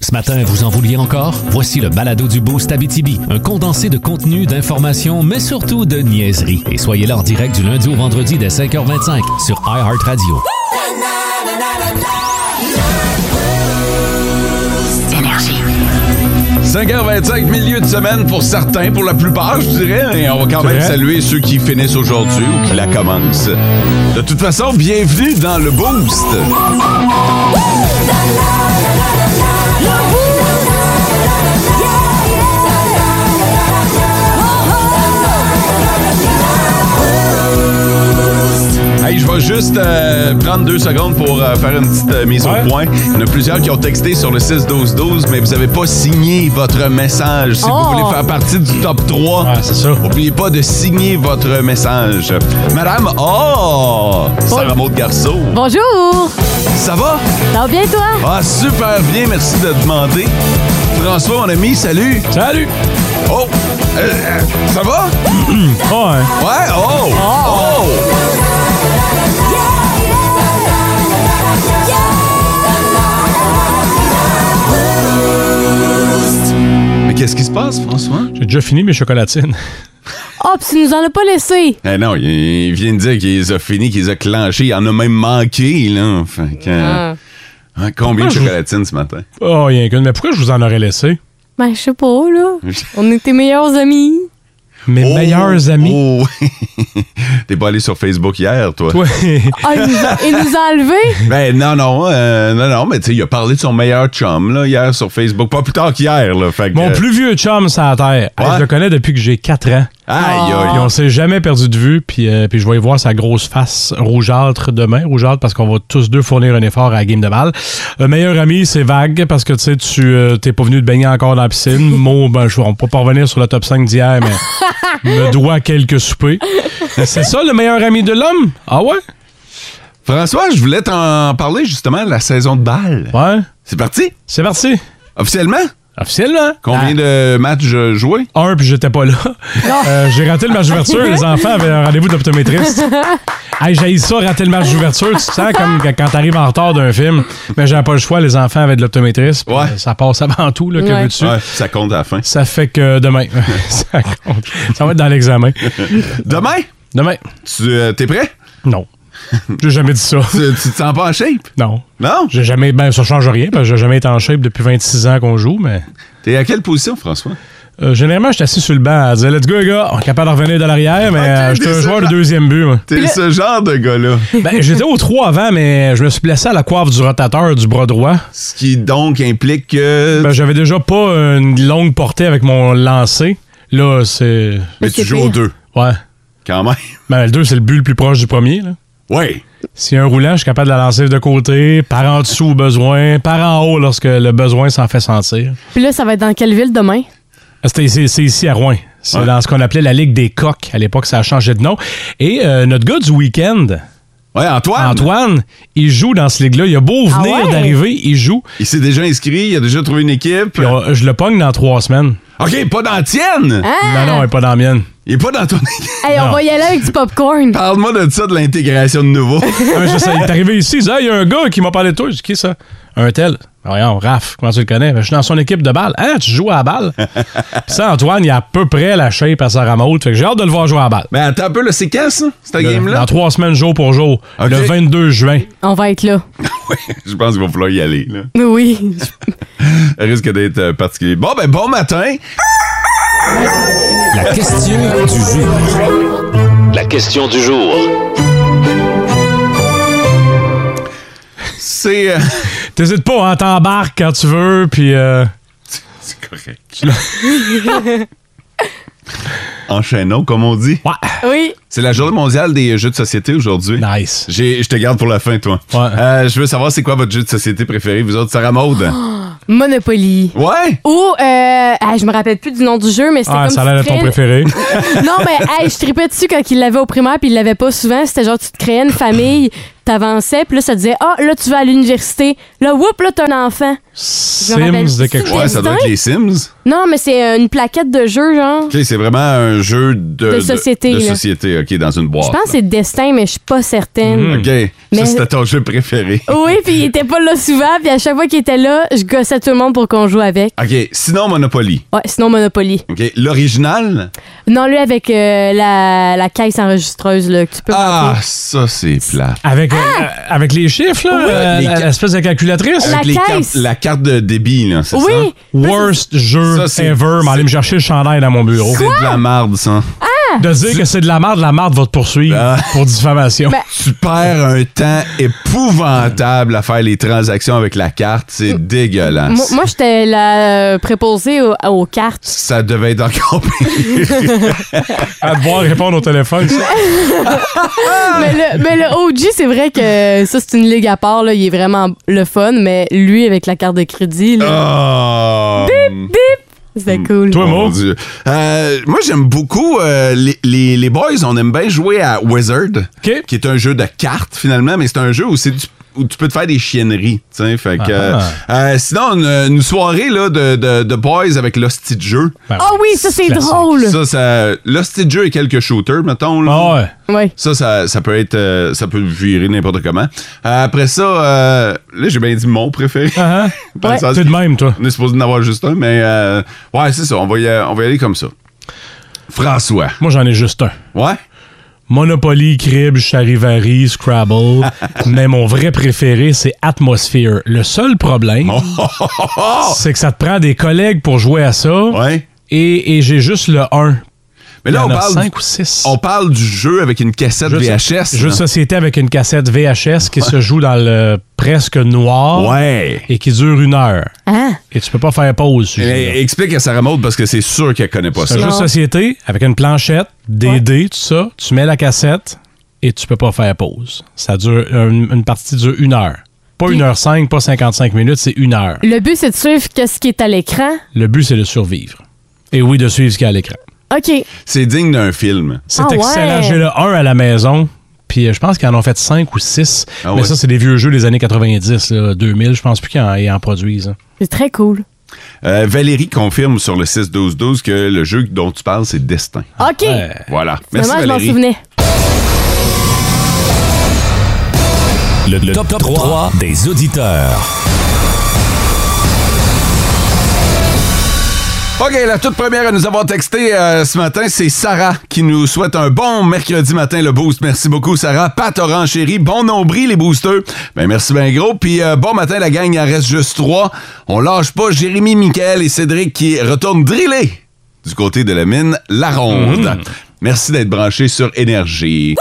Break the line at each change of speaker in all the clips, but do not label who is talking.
Ce matin, vous en vouliez encore? Voici le balado du Boost Abitibi, un condensé de contenu, d'informations, mais surtout de niaiseries. Et soyez là en direct du lundi au vendredi dès 5h25 sur iHeartRadio.
Énergie.
5h25, milieu de semaine pour certains, pour la plupart, je dirais. Et on va quand
C'est
même
vrai.
saluer ceux qui finissent aujourd'hui ou qui la commencent. De toute façon, bienvenue dans le Boost. Hey, je vais juste euh, prendre deux secondes pour euh, faire une petite euh, mise au point. Il y en a plusieurs qui ont texté sur le 6-12-12, mais vous n'avez pas signé votre message. Si vous voulez faire partie du top 3,
Ah,
n'oubliez pas de signer votre message. Madame, oh! Sarah Maud Garceau.
Bonjour!
Ça va?
Ça va bien, toi?
Ah, super bien, merci de demander. François, mon ami, salut. Salut. Oh, euh, euh, ça va? Ouais, oh,
Ah.
oh. Mais qu'est-ce qui se passe, François?
J'ai déjà fini mes chocolatines.
Hop, tu nous en as pas laissé!
Eh non, il, il vient de dire qu'ils ont fini, qu'ils ont clenché. Il en a même manqué, là. Fait que,
Ah.
hein, combien de
Ah, je-
chocolatines ce matin?
Oh, rien qu'une. Mais pourquoi je vous en aurais laissé?
Ben, je sais pas, là. On est tes meilleurs amis.
Mes
Oh,
meilleurs amis.
Oh, T'es pas allé sur Facebook hier, toi?
Toi.
Ah, il nous a, il nous a enlevés?
Ben non, non, euh, non, non, mais tu sais, il a parlé de son meilleur chum, là, hier sur Facebook. Pas plus tard qu'hier, là. Fait que,
Mon plus vieux chum sur la terre. Hey,
Euh, Ouais.
je le connais depuis que j'ai 4 ans.
euh, Aïe,
Et
aïe,
on
aïe.
s'est jamais perdu de vue. Puis, euh, puis je vais y voir sa grosse face rougeâtre demain. Rougeâtre parce qu'on va tous deux fournir un effort à la game de balle. Euh, meilleur ami, c'est vague parce que tu sais, tu euh, t'es pas venu te baigner encore dans la piscine. Moi, ben, je, on peut pas revenir sur le top 5 d'hier, mais me doit quelques soupers. Euh, C'est ça le meilleur ami de l'homme? Ah ouais?
François, je voulais t'en parler justement de la saison de balle.
Ouais.
C'est parti?
C'est parti.
Officiellement?
Officiellement.
Combien de matchs euh, joués?
hein? Ah. Un, puis j'étais pas là. Euh, j'ai raté le match d'ouverture. les enfants avaient un rendez-vous d'optométriste. Hey, j'ai ça, rater le match d'ouverture. Tu te sens comme que- quand t'arrives en retard d'un film. Mais j'avais pas le choix. Les enfants avaient de l'optométriste. puis,
Ouais.
euh, Ça passe avant tout, là, que
Ouais.
veux-tu?
Ouais, ça compte à la fin.
Ça fait que demain. ça compte. Ça va être dans l'examen.
Demain,
Demain.
tu euh, t'es prêt?
Non. J'ai jamais dit ça.
Tu, tu te sens pas en shape?
Non.
Non?
J'ai jamais. Ben, ça change rien, parce que j'ai jamais été en shape depuis 26 ans qu'on joue, mais.
T'es à quelle position, François?
Euh, généralement, j'étais assis sur le banc. Elle disait, let's go, les gars. On est capable de revenir de l'arrière, mais
Ok,
euh, j'étais un
désolé.
joueur de deuxième but, moi.
T'es ce genre de gars-là.
Ben, j'étais au 3 avant, mais je me suis blessé à la coiffe du rotateur du bras droit.
Ce qui donc implique que.
Ben, j'avais déjà pas une longue portée avec mon lancer. Là, c'est.
mais tu
c'est
joues aux
pire.
deux,
Ouais.
quand même.
Ben, le 2, c'est le but le plus proche du premier. Là.
Ouais.
Si y a un roulant, je suis capable de la lancer de côté, par en dessous au besoin, par en haut lorsque le besoin s'en fait sentir. Ah,
Puis là, ça va être dans quelle ville demain?
C'était- C'est c'est ici à Rouen. C'est
Ouais.
dans ce qu'on appelait la Ligue des coqs. À l'époque, ça a changé de nom. Et euh, notre gars du week-end,
Ouais, Antoine.
Antoine, il joue dans ce ligue-là. Il a beau
Ah
venir
ouais?
d'arriver, il joue.
Il s'est déjà inscrit, il a déjà trouvé une équipe.
Puis on- Hein? je le pogne dans trois semaines.
OK, pas dans la tienne!
Ah!
Non, non, elle est pas dans la mienne.
Il est pas dans ton.
Hey, on
Non.
va y aller avec du popcorn.
Parle-moi de ça, de l'intégration de nouveau.
Ah, mais je sais, il est arrivé ici, il dit, Ah, il y a un gars qui m'a parlé de toi. Je dis, qui ça? Un tel. Voyons, Raph, comment tu le connais? Ben, Je suis dans son équipe de balle. Hein, tu joues à la balle? Puis ça, Antoine, il a à peu près la shape à Sarah Maud. Fait que j'ai hâte de le voir jouer à la balle.
Mais Ben, attends un peu, là, c'est quand ça, cette
Dans
game-là?
trois semaines, jour pour jour.
Ok.
Le 22 juin.
On va être là.
Je pense qu'il va falloir y aller. Là.
Oui.
Ça risque d'être euh, particulier. Bon, ben, bon matin!
La question du jour.
La question du jour.
C'est. euh,
T'hésites pas, hein, t'embarques quand tu veux, puis euh,
c'est correct. Enchaînons, comme on dit.
ouais,
Oui.
C'est la journée mondiale des euh, jeux de société aujourd'hui.
nice.
J'ai- Je te garde pour la fin, toi.
Ouais.
Euh, je veux savoir c'est quoi votre jeu de société préféré, vous autres, Sarah Maud?
Monopoly.
Ouais!
Ou, euh, ah, je me rappelle plus du nom du jeu, mais c'était
Ah,
comme
ça a
tu
l'air de ton
crées-
préféré.
Non, mais hey, je tripais dessus quand il l'avait au primaire, puis il l'avait pas souvent. C'était genre, tu te créais une famille, T'avançais, puis là, ça disait Ah, là, tu vas à l'université. Là, whoop, là, t'as un enfant. Je me rappelle-
Sims de quelque
Sims.
chose.
Ouais, ça doit être les Sims.
Non, mais c'est euh, une plaquette de jeu, genre.
OK, c'est vraiment un jeu de,
De société,
De,
là.
société, OK, dans une
Je
boîte.
pense que c'est destin, mais je suis pas certaine.
OK, ça,
Mais-
c'était ton jeu préféré.
Oui, puis il était pas là souvent, puis à chaque fois qu'il était là, je gossais tout le monde pour qu'on joue avec.
OK, sinon Monopoly.
Ouais, sinon Monopoly.
OK, l'original.
Non, lui avec euh, la, la caisse enregistreuse là, que tu peux.
Ah, ça, c'est plat.
Avec, euh, avec les chiffres, là, euh,
Ah! Les ca-
l'espèce de calculatrice.
La caisse.
cartes, la carte de débit, là, c'est ça?
oui,
Worst jeu
Ça, c'est-
ever. Mais allez me chercher le chandail dans mon bureau.
C'est de la marde, ça.
De dire que c'est de la merde, la merde va te poursuivre
Ah.
pour diffamation.
Ben-
Tu perds un temps épouvantable à faire les transactions avec la carte. C'est dégueulasse.
moi, moi, j'étais la euh, préposée au- aux cartes.
ça devait être encore pire.
À devoir répondre au téléphone. ça.
Ah
Mais le, mais le OG, c'est vrai que ça, c'est une ligue à part. Là, il est vraiment le fun, mais lui, avec la carte de crédit, là,
Ah. Oh,
c'était cool.
Toi,
mon
Mo?
Dieu. Euh, moi, j'aime beaucoup euh, les, les- les boys. On aime bien jouer à Wizard,
OK.
qui est un jeu de cartes, finalement, mais c'est un jeu où c'est du- où tu peux te faire des chienneries. tu sais. Fait
Ah.
que, euh, euh, sinon, une, une soirée là, de, de- de boys avec l'hostie de jeu.
Ben
Ah oui, ça, c'est
classique.
drôle.
Ça, ça, l'hostie de jeu et quelques shooters, mettons. là.
Ah ouais.
Ouais.
Ça, ça, ça peut être. euh, ça peut virer n'importe comment. Euh, après ça, euh, là, j'ai bien dit mon préféré.
Ah,
Dans le
ah.
sens
T'es de même, toi.
On est supposé en avoir juste un, mais euh, ouais, c'est ça. On va, y, on va y aller comme ça. François.
Moi, j'en ai juste un.
Ouais?
Monopoly, Crib, Charivari, Scrabble. Mais mon vrai préféré, c'est Atmosphere. Le seul problème, c'est que ça te prend des collègues pour jouer à ça.
Oh! Ouais.
Et, et j'ai juste le 1.
Mais là, on
Il y en a
parle,
cinq ou six.
on parle du jeu avec une cassette
Jeu de-
VHS.
Jeu
là.
de société avec une cassette VHS qui se joue dans le presque noir
Ouais.
et qui dure une heure.
Hein?
Et tu peux pas faire pause. sur ce
Mais
jeu-là.
explique à Sarah Maud parce que c'est sûr qu'elle connaît pas
C'est un
ça.
jeu de
Non.
société avec une planchette, des dés, tout ça. Tu mets la cassette et tu peux pas faire pause. Ça dure une, une partie dure une heure. Pas une heure cinq, pas 55 minutes, c'est une heure.
Le but, c'est de suivre qu'est-ce qui est à l'écran.
Le but, c'est de survivre. Et oui, de suivre ce qu'il y a à l'écran.
OK.
C'est digne d'un film.
C'est
Ah ouais?
excellent. J'ai le 1 à la maison. Puis euh, je pense qu'ils en ont fait 5 ou 6.
Ah
mais
ouais.
ça, c'est des vieux jeux des années 90, là, 2000. Je pense plus qu'ils en, ils en produisent. hein.
C'est très cool.
Euh, Valérie confirme sur le 6-12-12 que le jeu dont tu parles, c'est Destin.
OK.
Ouais.
Voilà. Merci
Vraiment, je m'en
Valérie.
souvenais.
Le, le top, 3, des auditeurs.
OK, la toute première à nous avoir texté euh, ce matin, c'est Sarah qui nous souhaite un bon mercredi matin, le boost. Merci beaucoup, Sarah. Pat Orange Chéri, bon nombril, les boosters. Ben, merci bien gros. Puis euh, bon matin, la gang, il en reste juste trois. On lâche pas Jérémy, Michael et Cédric qui retournent driller du côté de la mine La Ronde. Merci d'être branchés sur Énergie.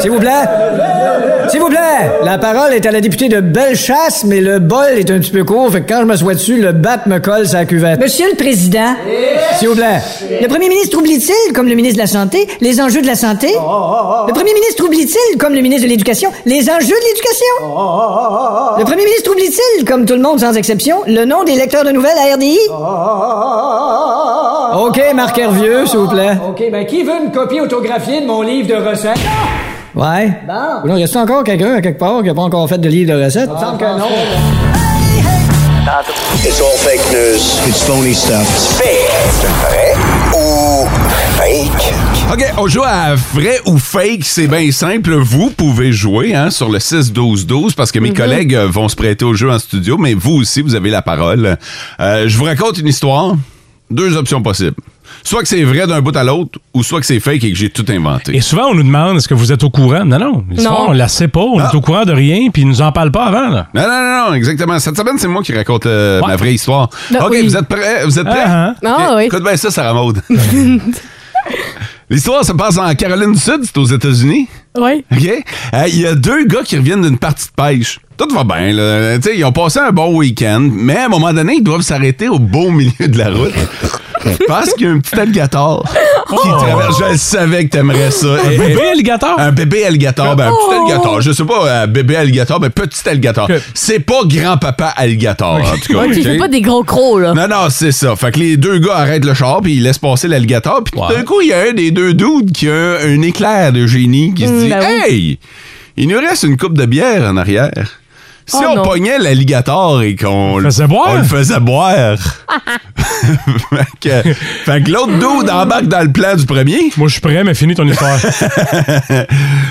S'il vous plaît. S'il vous plaît. La parole est à la députée de Bellechasse, mais le bol est un petit peu court, fait que quand je me sois dessus, le bat me colle sa cuvette.
Monsieur le Président,
S'il vous plaît.
le Premier ministre oublie-t-il, comme le ministre de la Santé, les enjeux de la santé? Le Premier ministre oublie-t-il, comme le ministre de l'Éducation, les enjeux de l'Éducation? Le Premier ministre oublie-t-il, comme tout le monde sans exception, le nom des lecteurs de nouvelles à RDI?
OK, Marc Hervieux, s'il vous plaît. OK, ben qui veut une copie autographiée de mon livre de recettes? Ouais. Bon. Non, y a-t-il encore quelqu'un, à quelque part, qui a pas encore fait de livre de recettes? Il me semble que non.
It's all fake news. It's phony stuff. It's fake. Vrai ou fake?
OK, on joue à vrai ou fake. C'est bien simple. Vous pouvez jouer hein, sur le 6-12-12 parce que
Mhm.
mes collègues euh, vont se prêter au jeu en studio, mais vous aussi, vous avez la parole. Euh, je vous raconte une histoire. Deux options possibles. Soit que c'est vrai d'un bout à l'autre ou soit que c'est fake et que j'ai tout inventé.
Et souvent, on nous demande est-ce que vous êtes au courant Non, non. L'histoire,
Non.
on la sait pas. On
Ah.
est au courant de rien. Puis ils nous en parlent pas avant. Là.
Non, non, non, non, exactement. Cette semaine, c'est moi qui raconte euh,
Ouais.
ma vraie histoire.
Ben
OK,
oui.
vous êtes prêts? Vous êtes prêts?
Ah,
ah. Ah,
OK,
oui.
Écoute bien ça, Sarah Maud. L'histoire se passe en Caroline du Sud, c'est aux États-Unis.
Ouais.
OK? Euh, Il y a deux gars qui reviennent d'une partie de pêche. Tout Tout va bien, là. Tu sais, ils ont passé un bon week-end, mais à un moment donné, ils doivent s'arrêter au beau milieu de la route. Parce qu'il y a un petit alligator qui traverse. Je le savais que t'aimerais ça.
Un
Et-
bébé alligator?
un bébé alligator, ben, un petit alligator. Je sais pas, euh, bébé alligator, mais petit alligator.
Ok.
C'est pas grand-papa alligator, en tout cas.
Tu
ok?
fais pas des gros crocs, là.
Non, non, c'est ça. Fait que les deux gars arrêtent le char, puis ils laissent passer l'alligator. Puis tout d'un coup, il y a un des deux dudes qui a un éclair de génie qui se
Mm,
dit
ben oui.
Hey, il nous reste une coupe de bière en arrière. Si
Oh
on
non.
pognait l'alligator et qu'on le
faisait boire?
on le faisait boire. fait que, fait que l'autre dude embarque dans le plan du premier.
Moi, je suis prêt, mais finis ton histoire.
Ah.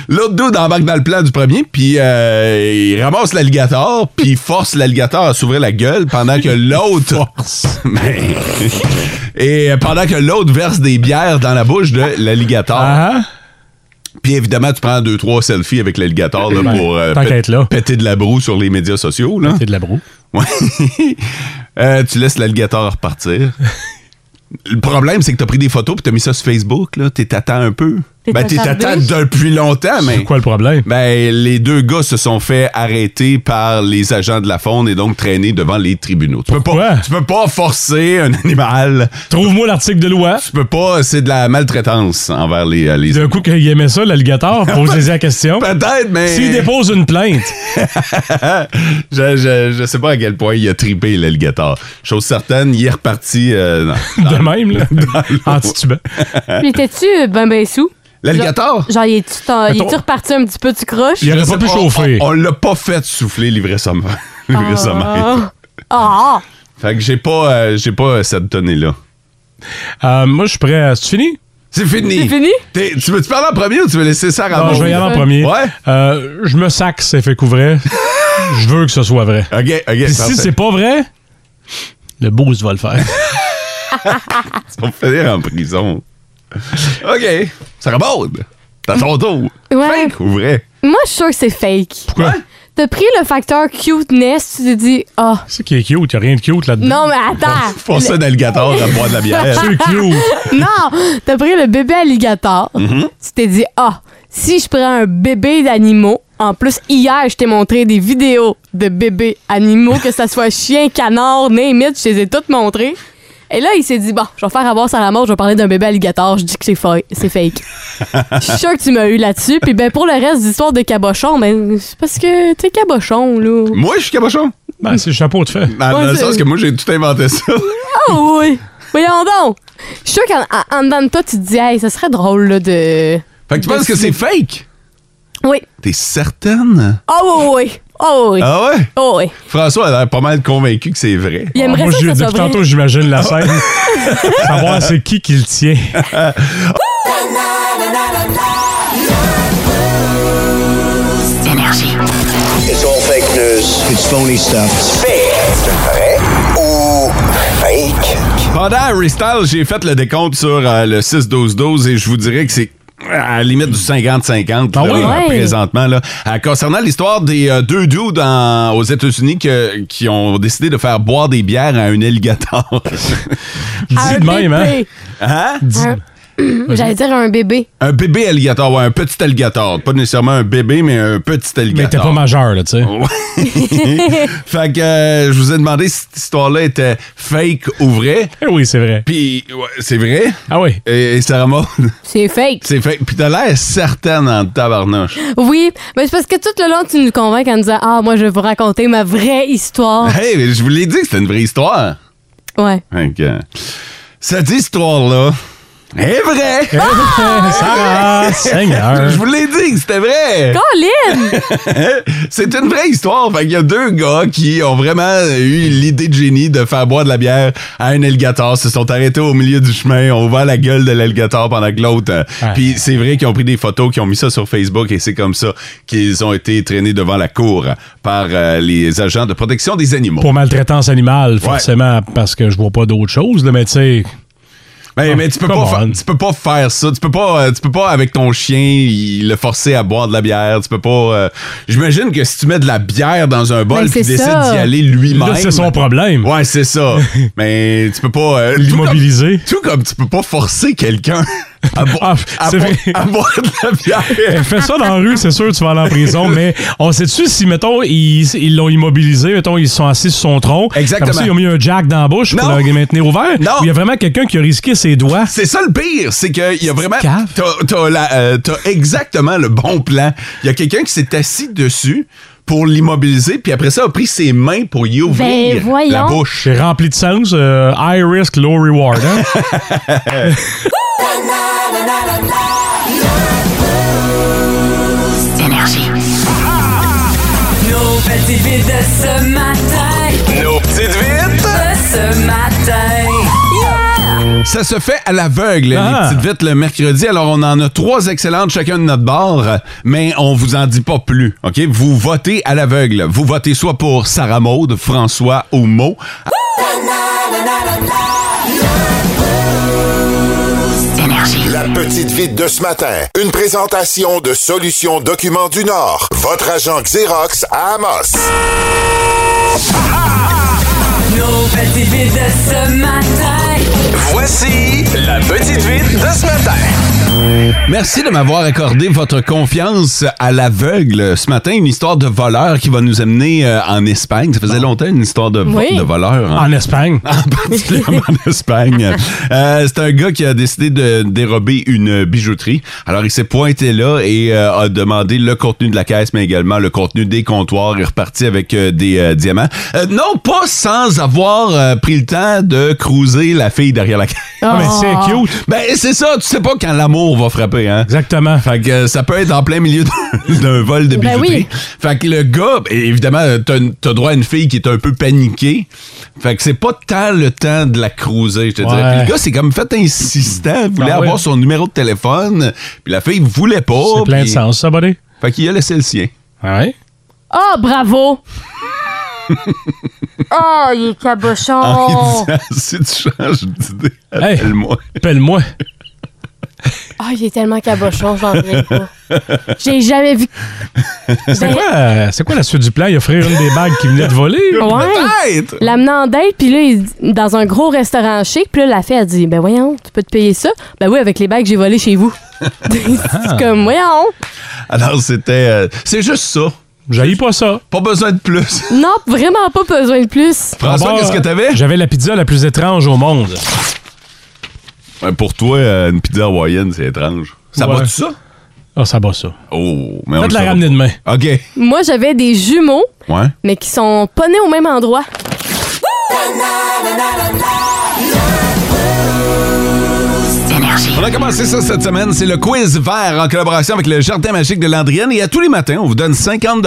L'autre dude embarque dans le plan du premier, puis euh, il ramasse l'alligator, puis il force l'alligator à s'ouvrir la gueule pendant que l'autre. Mais- Et pendant que l'autre verse des bières dans la bouche de l'alligator.
Ah,
Puis évidemment, tu prends deux, trois selfies avec l'alligator là,
Ouais,
pour euh,
tant
pét-
qu'à être là.
péter de la broue sur les médias sociaux. Là.
c'est de la broue.
Ouais. Euh, tu laisses l'alligator repartir. Le problème, c'est que t'as pris des photos puis t'as mis ça sur Facebook. Là. T'es t'attends un peu.
T'es
Ben, t'es
attardé.
t'attends depuis longtemps, mais...
C'est quoi le problème?
Ben, les deux gars se sont fait arrêter par les agents de la faune et donc traînés devant les tribunaux. Tu peux pas,
Pourquoi?
tu peux pas forcer un animal.
Trouve-moi l'article de loi.
Tu peux pas, c'est de la maltraitance envers les, euh, les
D'un coup qu'il aimait ça, l'alligator, posez-y la question.
Peut-être, mais
S'il dépose une plainte,
je, je, je sais pas à quel point il a tripé l'alligator. Chose certaine, il est reparti. euh, dans-
de même, là,
dans-
en titubant.
Mais étais-tu ben ben sous?
L'alligator?
Genre, il est-tu t'en- il
Mettons-
est-tu reparti un petit peu du croche?
Il aurait pas pu chauffer.
On, on l'a pas fait souffler l'ivresse sommeil. L'ivresse sommeil.
Ah. Ah!
Fait que j'ai pas, euh, j'ai pas cette donnée-là.
Euh, moi, je suis prêt. à- C'est fini?
C'est fini.
C'est fini?
T'es- tu veux-tu parler en premier ou tu veux laisser ça à
Non,
Ramon?
Ah, je vais y aller en premier.
Ouais?
Euh, je me sac, c'est fait couvrir. je veux que ce soit vrai.
OK, OK.
Puis
parfait.
si c'est pas vrai, le boost va le faire.
On va finir en prison. OK. Ça rebond. T'as ton tour.
Ouais.
Fake ou vrai?
Moi, je suis sûre que c'est fake.
Pourquoi?
T'as pris le facteur cuteness, tu t'es dit, ah,
C'est qui est cute, y a rien de cute là-dedans.
non, mais
Oh,
attends!
Forcer un alligator à boire de la bière.
C'est cute.
Non! T'as pris le bébé alligator. Tu t'es dit, ah, si je prends un bébé d'animaux, en plus, hier, je t'ai montré des vidéos de bébés animaux, que ça soit chien, canard, name it, je les ai toutes montrées. Et là, il s'est dit, bon, je vais faire avoir ça à la mort, je vais parler d'un bébé alligator, je dis que c'est fa- c'est fake. Je suis sûre que tu m'as eu là-dessus. Puis ben, pour le reste d'histoire de cabochon, ben, c'est parce que t'es cabochon, là.
Moi, je suis cabochon.
Ben, c'est chapeau de fait.
Dans, dans
Ouais,
le
c'est-
sens que moi, j'ai tout inventé ça.
Oh oui! Voyons donc! Je suis sûre qu'en en- en dedans de toi, tu te dis, hey, ça serait drôle, là, de.
Fait que tu penses que c'est fake?
Oui.
T'es certaine?
Oh oui, oui, oui. Oh oui.
Ah ouais?
Oh oui.
François a l'air pas mal convaincu que c'est vrai.
Il aimerait
Ah, moi,
ça
je-
que ça
depuis
soit vrai.
tantôt, j'imagine la scène. Savoir c'est qui qui le tient.
It's all fake news. It's phony stuff. Fake. Vrai ou fake?
Pendant Harry Styles, j'ai fait le décompte sur euh, le 6-12-12 et je vous dirais que c'est à la limite du 50-50 là,
oui?
euh,
Ouais.
présentement. Là. Euh, concernant l'histoire des euh, deux dudes en- aux États-Unis que- qui ont décidé de faire boire des bières à un alligator.
Un
Dis de même, hein?
bébé. Un- J'allais dire un bébé.
un bébé alligator, ouais, un petit alligator. Pas nécessairement un bébé, mais un petit
Mais t'es pas
alligator.
majeur, là, tu sais.
fait que euh, je vous ai demandé si cette histoire-là était fake ou vraie.
Eh oui, c'est vrai.
Puis, ouais, c'est vrai.
Ah oui.
Et, et Sarah Maud,
C'est fake.
c'est fake. Puis t'as l'air certaine en tabarnouche.
Oui, mais c'est parce que tout le long, tu nous convaincs en disant Ah, moi, je vais vous raconter ma vraie histoire.
Hey, mais je vous l'ai dit que c'était une vraie histoire.
Ouais.
Fait que, cette histoire-là est vraie.
Sarah, Seigneur.
Je vous l'ai dit que c'était vrai.
Colin!
C'est une vraie histoire. Fait qu'il y a deux gars qui ont vraiment eu l'idée de génie de faire boire de la bière à un alligator. Se sont arrêtés au milieu du chemin, ont ouvert la gueule de l'alligator pendant que l'autre. euh,
Ouais.
Puis c'est vrai qu'ils ont pris des photos, qu'ils ont mis ça sur Facebook et c'est comme ça qu'ils ont été traînés devant la cour par euh, les agents de protection des animaux.
Pour maltraitance animale, forcément, parce que je vois pas d'autre chose, là, mais tu sais.
Ben, Mais, mais tu peux
Ah, Come
pas
on.
fa- tu peux pas faire ça, tu peux pas euh, tu peux pas avec ton chien il- le forcer à boire de la bière, tu peux pas euh, j'imagine que si tu mets de la bière dans un bol
Ben,
puis
c'est
il décide
ça.
d'y aller lui-même.
Là, c'est son problème.
Ouais, c'est ça. mais tu peux pas euh, tout comme-
L'immobiliser.
Tout comme tu peux pas forcer quelqu'un À, bo-
Ah,
à
c'est
bo-
vrai.
à boire de la bière.
Fais ça dans la rue, c'est sûr que tu vas aller en prison, mais on sait-tu si, mettons, ils ils l'ont immobilisé, mettons, ils sont assis sur son tronc.
Exactement.
Comme ça, ils ont mis un jack dans la bouche
Non.
pour le maintenir ouvert.
Non.
Ou Il y a vraiment quelqu'un qui a risqué ses doigts.
C'est ça le pire, c'est qu'il y a vraiment.
cave.
T'as, t'as la- euh, t'as exactement le bon plan. Il y a quelqu'un qui s'est assis dessus pour l'immobiliser, puis après ça a pris ses mains pour y
Ben,
ouvrir
voyons.
la bouche.
C'est rempli de sens. euh, high risk, low reward. hein?
Nos petites vites de ce matin,
Nos petites vites!
de ce matin. Yeah!
Ça se fait à l'aveugle,
Ah.
les petites vites le mercredi. Alors, on en a trois excellentes chacun de notre bord, mais on vous en dit pas plus. OK? Vous votez à l'aveugle. Vous votez soit pour Sarah Maude, François ou Mo.
La petite vite de ce matin. Une présentation de Solutions Documents du Nord. Votre agent Xerox à Amos.
Nos petites vites de ce matin,
Voici la petite vite de ce matin.
Merci de m'avoir accordé votre confiance à l'aveugle ce matin. Une histoire de voleur qui va nous amener euh, en Espagne. Ça faisait longtemps une histoire de, vo-
Oui.
de voleur. en-
en Espagne.
Ah. particulièrement en Espagne. Euh, c'est un gars qui a décidé de dérober une bijouterie. Alors, il s'est pointé là et euh, a demandé le contenu de la caisse, mais également le contenu des comptoirs. Il est reparti avec euh, des euh, diamants. Euh, non pas sans avoir euh, pris le temps de cruiser la fille derrière la caisse.
Ah, mais c'est cute.
Ben, c'est ça. Tu sais pas quand l'amour va frapper, hein?
Exactement.
Fait que euh, ça peut être en plein milieu d'un- d'un vol de
Ben
bijouterie.
oui.
Fait que le gars, ben, évidemment, euh, t'as t'as droit à une fille qui est un peu paniquée. Fait que c'est pas tant le temps de la cruiser, je te dirais.
Ouais.
Puis le gars, c'est comme fait insistant, voulait
Ah oui.
avoir son numéro de téléphone. Puis la fille voulait pas.
c'est plein de
Oh, puis-
sens, ça, buddy.
Fait qu'il a laissé le sien.
Ouais.
Ah, bravo! Ah, il est cabochon!
Ah,
En
Oh.
lui disant, si tu changes d'idée,
Hey.
appelle-moi.
Appelle-moi.
Ah, il est tellement cabochon, j'en reviens pas. J'ai jamais vu.
C'est
Ben,
quoi, euh, c'est quoi la suite du plan? Il offrir une des bagues qui venait de voler?
Ouais.
Peut-être!
L'amener en date, puis là, il dit- dans un gros restaurant chic, puis là, la fille, elle dit Ben voyons, tu peux te payer ça? Ben oui, avec les bagues que j'ai volées chez vous. c'est comme, voyons!
Alors, c'était. euh, c'est juste ça.
J'haïs pas ça.
Pas besoin de plus.
Non, vraiment pas besoin de plus.
François,
D'abord,
qu'est-ce que t'avais?
J'avais la pizza la plus étrange au monde.
Ben, Pour toi, euh, une pizza hawaïenne, c'est étrange. Ça
Ouais.
va-tu ça?
Ah, ça bat ça.
Oh, mais on
Faites
le
la
saura
ramener demain.
pas. OK.
Moi, j'avais des jumeaux,
Ouais.
mais qui sont pas nés au même endroit.
On a commencé ça cette semaine. C'est le quiz vert en collaboration avec le Jardin magique de Landrienne. Et à tous les matins, on vous donne 50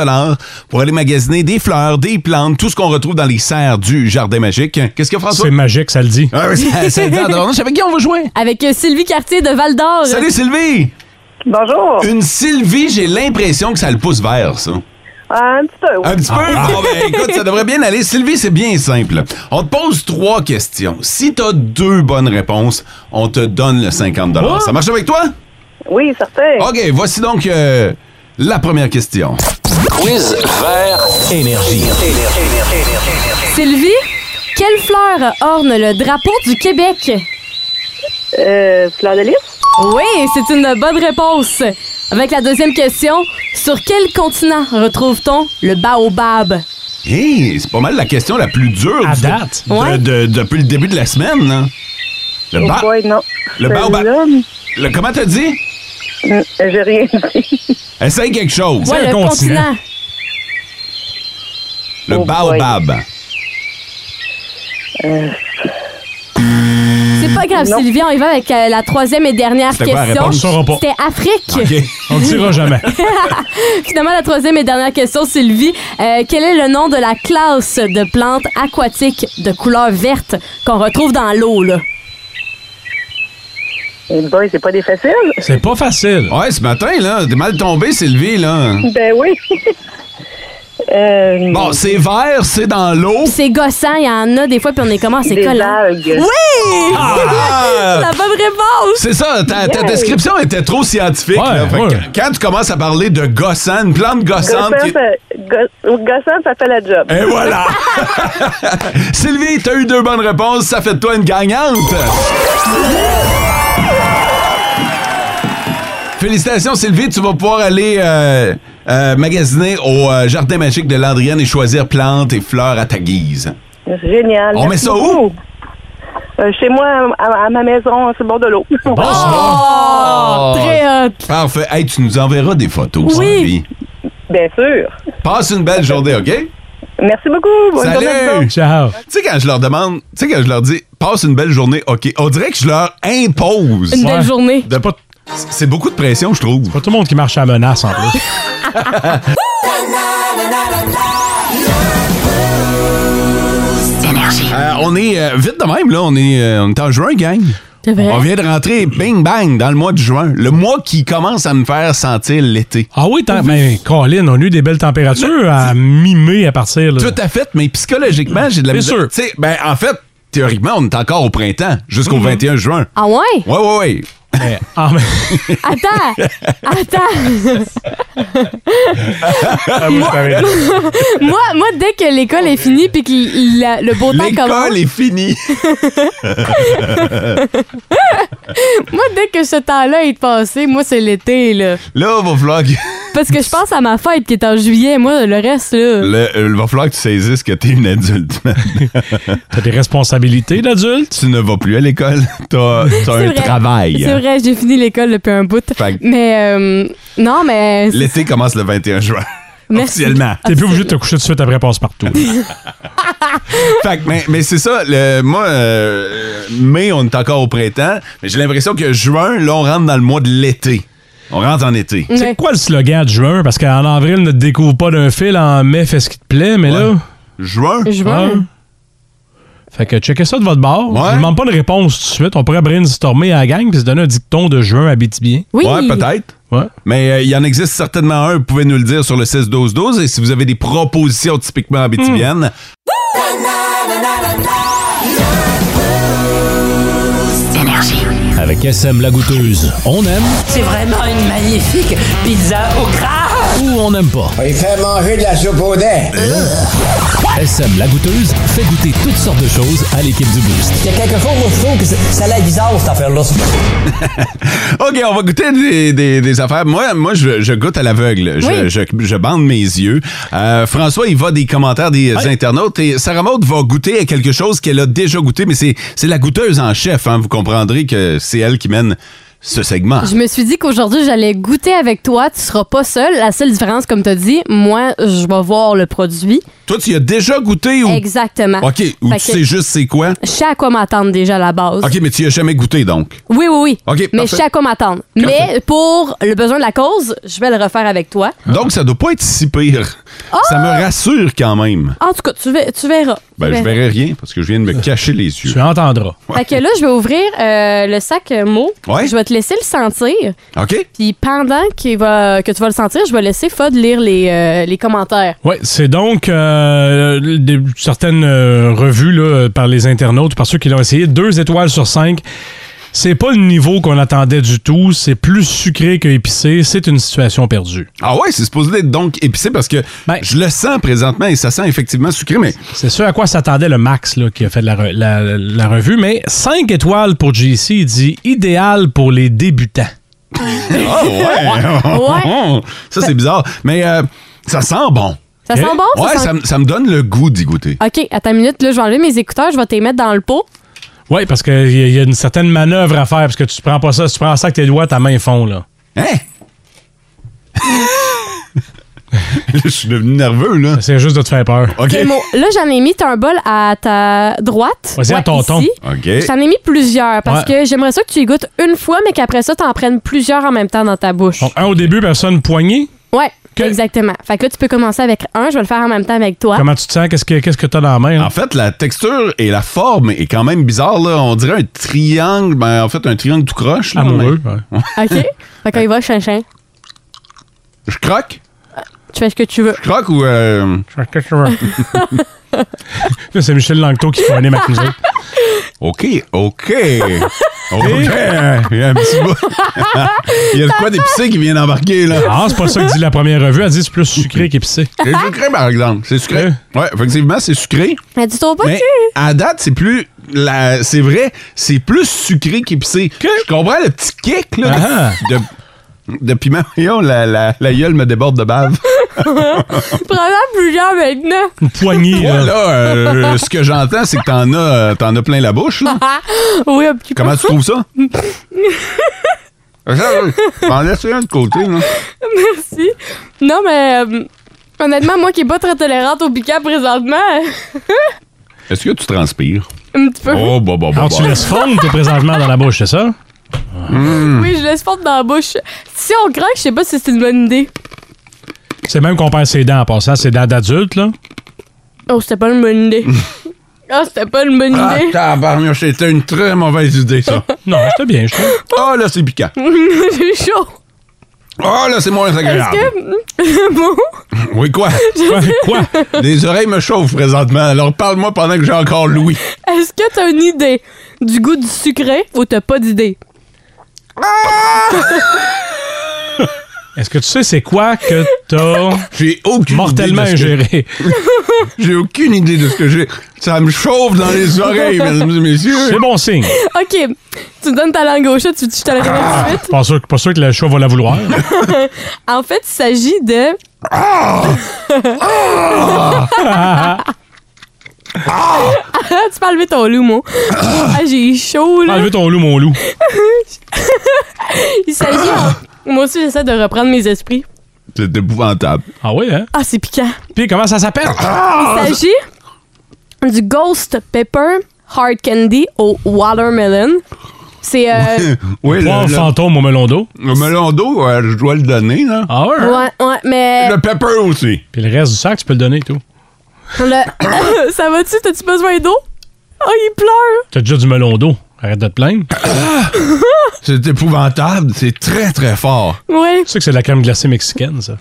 pour aller magasiner des fleurs, des plantes, tout ce qu'on retrouve dans les serres du Jardin magique. Qu'est-ce que François?
C'est magique, ça le dit.
Ah oui, ça- ça dit en tabarnouche. Avec qui on va jouer?
Avec euh, Sylvie Cartier de Val d'Or.
Salut Sylvie!
Bonjour.
Une Sylvie, j'ai l'impression que ça le pousse vert, ça.
Ah, Un petit peu. oui.
Un petit peu? Bon, ben, écoute, ça devrait bien aller. Sylvie, c'est bien simple. On te pose trois questions. Si t'as deux bonnes réponses, on te donne le 50 Ça marche avec toi?
Oui, certain.
OK, voici donc euh, la première question.
Quiz vert énergie.
Sylvie, quelle fleur orne le drapeau du Québec?
Euh, fleur de lys.
Oui, c'est une bonne réponse. Avec la deuxième question, sur quel continent retrouve-t-on le baobab?
Hey, c'est pas mal la question la plus dure
À
du-
date.
de-
Ouais.
de- depuis le début de la semaine. là. Le
Oh
ba-
boy, non.
Le baobab.
Celui-là, mm,
le- comment t'as dit?
J'ai rien dit.
Essaye quelque chose.
Ouais,
un
le
continent.
continent.
Le
Oh
baobab.
C'est pas grave,
Non.
Sylvie, on y va avec euh, la troisième et dernière
C'était quoi la
question.
réponse?
On saura pas.
C'était Afrique.
OK.
On ne dira jamais.
Finalement, la troisième et dernière question, Sylvie. Euh, quel est le nom de la classe de plantes aquatiques de couleur verte qu'on retrouve dans l'eau, là?
Eh boy, c'est pas des faciles.
C'est pas facile.
Ouais, ce matin, là, t'es mal tombé, Sylvie, là.
Ben oui. euh,
Bon, c'est vert, c'est dans l'eau.
C'est gossant, il y en a des fois, puis on est comment? C'est
des
collant.
algues.
Oui!
Ah!
La bonne réponse!
C'est ça, ta, ta
Yay!
description était trop scientifique.
Ouais,
là. Fait que
ouais.
quand- Quand tu commences à parler de gossane, une plante gossante...
Gossant,
qui-
ça- go- gossant, ça fait la job.
Et voilà! Sylvie, t'as eu deux bonnes réponses, ça fait de toi une gagnante! Félicitations, Sylvie. Tu vas pouvoir aller euh, euh, magasiner au euh, Jardin magique de Landrienne et choisir plantes et fleurs à ta guise.
C'est génial.
On met ça
où? chez moi, à, à ma maison, c'est bord de l'eau.
Oh! Très hot.
Parfait. Hey, tu nous enverras des photos,
Oui.
Sylvie.
Bien sûr.
Passe une belle journée, OK?
Merci beaucoup. Bonne journée à vous
Salut!
autres.
Ciao!
Tu sais, quand je leur demande, tu sais, quand je leur dis passe une belle journée, OK, on dirait que je leur impose.
Une belle journée.
De pas- C'est beaucoup de pression, je trouve.
Pas tout le monde qui marche à la menace en plus.
Euh, on est euh, vite de même, là. On est, euh, on est en juin, gang.
C'est vrai.
On vient de rentrer, bing bang, dans le mois de juin. Le mois qui commence à me faire sentir l'été.
Ah oui, tant- ben, Colin, on a eu des belles températures à mi-mai à partir. là.
Tout à fait, mais psychologiquement, j'ai de la
C'est
misère.
sûr.
Tu sais, ben, en fait, théoriquement, on est encore au printemps, jusqu'au 21 juin.
Ah ouais?
Ouais, ouais, ouais.
Mais, ah, mais-
Attends! Attends! moi, moi, dès que l'école est finie puis que l- la- le beau temps
L'école
commence,
est finie.
moi, dès que ce temps-là est passé, moi, c'est l'été, là.
Là, va falloir que,
Parce que je pense à ma fête qui est en juillet. Moi, le reste, là.
le- euh, va falloir que tu saisisses que t'es une adulte.
T'as des responsabilités d'adulte?
tu ne vas plus à l'école. T'as t'as
C'est
un
vrai.
travail.
C'est vrai, j'ai fini l'école depuis un bout.
Fait que-
Mais, euh, non, mais.
L'été commence le 21 juin.
Merci.
Officiellement.
T'es plus obligé de te coucher tout de suite après passe-partout.
Fait que, mais, mais c'est ça, le, moi, euh, mai, on est encore au printemps, mais j'ai l'impression que juin, là, on rentre dans le mois de l'été. On rentre en été.
Ouais.
C'est quoi le slogan de juin? Parce qu'en avril, ne te découvre pas d'un fil, en mai, fais ce qui te plaît, mais là.
Juin?
Juin.
Ouais. Fait que checkez ça de votre bord.
Ouais.
Je vous demande pas de réponse tout de suite. On pourrait brainstormer à la gang puis se donner un dicton de juin à bien.
Oui.
Ouais, peut-être.
Ouais.
Mais euh, il y en existe certainement un, vous pouvez nous le dire sur le 16-12-12. Et si vous avez des propositions typiquement
Hmm.
habitibiennes,
Avec SM la goûteuse, on aime
C'est vraiment une magnifique pizza au gras.
ou on n'aime pas.
Il fait manger de la soupe au dent.
SM la goûteuse fait goûter toutes sortes de choses à l'équipe du Boost.
Il y a quelque chose, moi, je trouve que c'est- ça a l'air bizarre, cette affaire-là.
OK, on va goûter des, des- des affaires. Moi, moi je, je goûte à l'aveugle. Je,
Oui.
je, je bande mes yeux. Euh, François, il va des commentaires des internautes. Et Sarah Maud va goûter à quelque chose qu'elle a déjà goûté, mais c'est c'est la goûteuse en chef. hein. Vous comprendrez que c'est elle qui mène ce segment.
Je me suis dit qu'aujourd'hui, j'allais goûter avec toi. Tu seras pas seul. La seule différence, comme tu as dit, moi, je vais voir le produit.
Toi, tu y as déjà goûté ou...
Exactement.
OK, ou
Fait
tu
que
sais juste c'est quoi?
Je sais à quoi m'attendre déjà à la base.
OK, mais tu y as jamais goûté, donc.
Oui, oui, oui.
OK,
mais
parfait.
je sais à quoi m'attendre. Mais pour le besoin de la cause, je vais le refaire avec toi.
Donc, ça doit pas être si pire. Ça
Oh!
me rassure quand même.
En tout cas, tu, ver- tu verras.
Ben,
Tu
je
verras.
verrai rien parce que je viens de me cacher les yeux.
Tu entendras.
Fait que là, je vais ouvrir euh, le sac euh, mot.
Ouais.
Je vais te laisser le sentir.
OK?
Puis pendant qu'il va, que tu vas le sentir, je vais laisser Fod lire les, euh, les commentaires.
Oui, c'est donc euh, des- certaines euh, revues là, euh, par les internautes, par ceux qui l'ont essayé, deux étoiles sur cinq. C'est pas le niveau qu'on attendait du tout. C'est plus sucré que épicé. C'est une situation perdue.
Ah ouais, c'est supposé être donc épicé parce que
Ben-
je le sens présentement et ça sent effectivement sucré, mais
C'est ce à quoi s'attendait le Max là, qui a fait la, re- la- la revue. Mais cinq étoiles pour JC, il dit idéal pour les débutants.
Ah ouais!
Ouais.
ça, c'est bizarre. Mais euh, ça sent bon.
Oh, Ça
Ok.
sent bon?
ouais,
sent-
ça, me- ça me donne le goût d'y goûter.
OK, à ta minute, là, je vais enlever mes écouteurs, je vais te les mettre dans le pot.
Oui, parce qu'il y, a- y a une certaine manœuvre à faire parce que tu prends pas ça. Si tu prends ça avec tes doigts, ta main fond. Là.
Hein? Là, je suis devenu nerveux, là.
C'est juste de te faire peur.
OK.
Ok, Mo, là, j'en ai mis, t'as un bol à ta droite.
Vas-y, à ton
ici.
ton.
OK.
J'en ai mis plusieurs parce
Ouais.
que j'aimerais ça que tu y goûtes une fois, mais qu'après ça, t'en prennes plusieurs en même temps dans ta bouche.
Donc, un au début, personne poignée.
Oh.
Ouais,
Ok.
exactement. Fait que là, tu peux commencer avec un, je vais le faire en même temps avec toi.
Comment tu te sens? Qu'est-ce que qu'est-ce que t'as dans la main? là?
En fait, la texture et la forme est quand même bizarre, là. On dirait un triangle, ben, en fait, un triangle tout croche. là,
Ah, Amoureux.
mais-
ouais.
OK? fait qu'on y va, chinchin.
Je croque?
Tu fais ce que tu veux.
Je croque ou... euh,
Là, c'est Michel Langto qui fait un nez avec nous autres.
OK, OK. OK. Eh, Il y a un petit bout. Il y a de quoi d'épicé qui vient d'embarquer, là.
Ah, c'est pas ça que dit la première revue. Elle dit c'est plus sucré qu'épicé.
C'est sucré, par exemple. C'est sucré. Ouais, effectivement, c'est sucré.
Mais tu trouves pas
Mais
que-
à date, c'est plus. la- Ah. C'est vrai, c'est plus sucré qu'épicé. Je comprends le petit kick, là. de- de- De piment. Voyons, la, la, la gueule me déborde de bave.
Probablement plusieurs maintenant.
Une poignée,
Toi, là, euh, ce que j'entends, c'est que t'en as, euh, t'en as plein la bouche, là.
oui, un petit peu.
Comment tu trouves ça? Ça, là, je m'en laisse un de côté, là.
Merci. Non, mais euh, honnêtement, moi qui est pas très tolérante au piquant présentement,
Est-ce que tu transpires?
un petit peu.
Oh, bah, bah, bah.
Alors,
bah.
Ah tu laisses fondre tes présentement dans la bouche, c'est ça?
Oui, je laisse fondre dans la bouche. Si on craque, je sais pas si c'est une bonne idée.
C'est même qu'on perd ses dents en passant, ses dents d'adulte, là.
Oh, c'était pas une bonne idée. Ah, c'était pas une bonne
Ah,
idée.
tabarnouche, c'était une très mauvaise idée, ça.
Non, c'était bien, je trouve.
Ah, là, c'est piquant.
J'ai chaud.
Ah, là, c'est moins
Est-ce
agréable.
que. bon.
Oui, quoi?
Quoi? Quoi?
Les oreilles me chauffent présentement, alors parle-moi pendant que j'ai encore Louis.
Est-ce que t'as une idée du goût du sucré ou t'as pas d'idée?
Est-ce que tu sais c'est quoi que t'as
J'ai aucune
mortellement
idée. de ce que-
ingéré?
J'ai aucune idée de ce que j'ai. Ça me chauffe dans les oreilles, mesdames et messieurs.
C'est bon signe.
Ok, tu me donnes ta langue gauche, tu veux que je te le révèle tout de suite?
Pas sûr, pas sûr que le chat va la vouloir.
En fait, il s'agit de. Ah, tu peux enlever ton loup, moi. Ah, j'ai chaud, là.
Enlevez ton loup, mon loup.
Il s'agit. en- Moi aussi, j'essaie de reprendre mes esprits.
C'est épouvantable.
Ah oui, hein?
Ah, c'est piquant.
Puis comment ça s'appelle?
Ah,
Il s'agit du Ghost Pepper Hard Candy au Watermelon. C'est. euh,
Oui, le,
Poire
le-
fantôme au melon d'eau.
le melon d'eau, euh, je dois le donner, là.
Ah ouais? hein?
Ouais, ouais, mais.
Le pepper aussi.
Puis le reste du sac, tu peux le donner et tout.
le- Ça va-tu? T'as-tu besoin d'eau? Oh, il pleure!
T'as déjà du melon d'eau. Arrête de te plaindre. Tu
C'est épouvantable. C'est très, très fort.
Ouais.
sais que c'est de la crème glacée mexicaine, ça.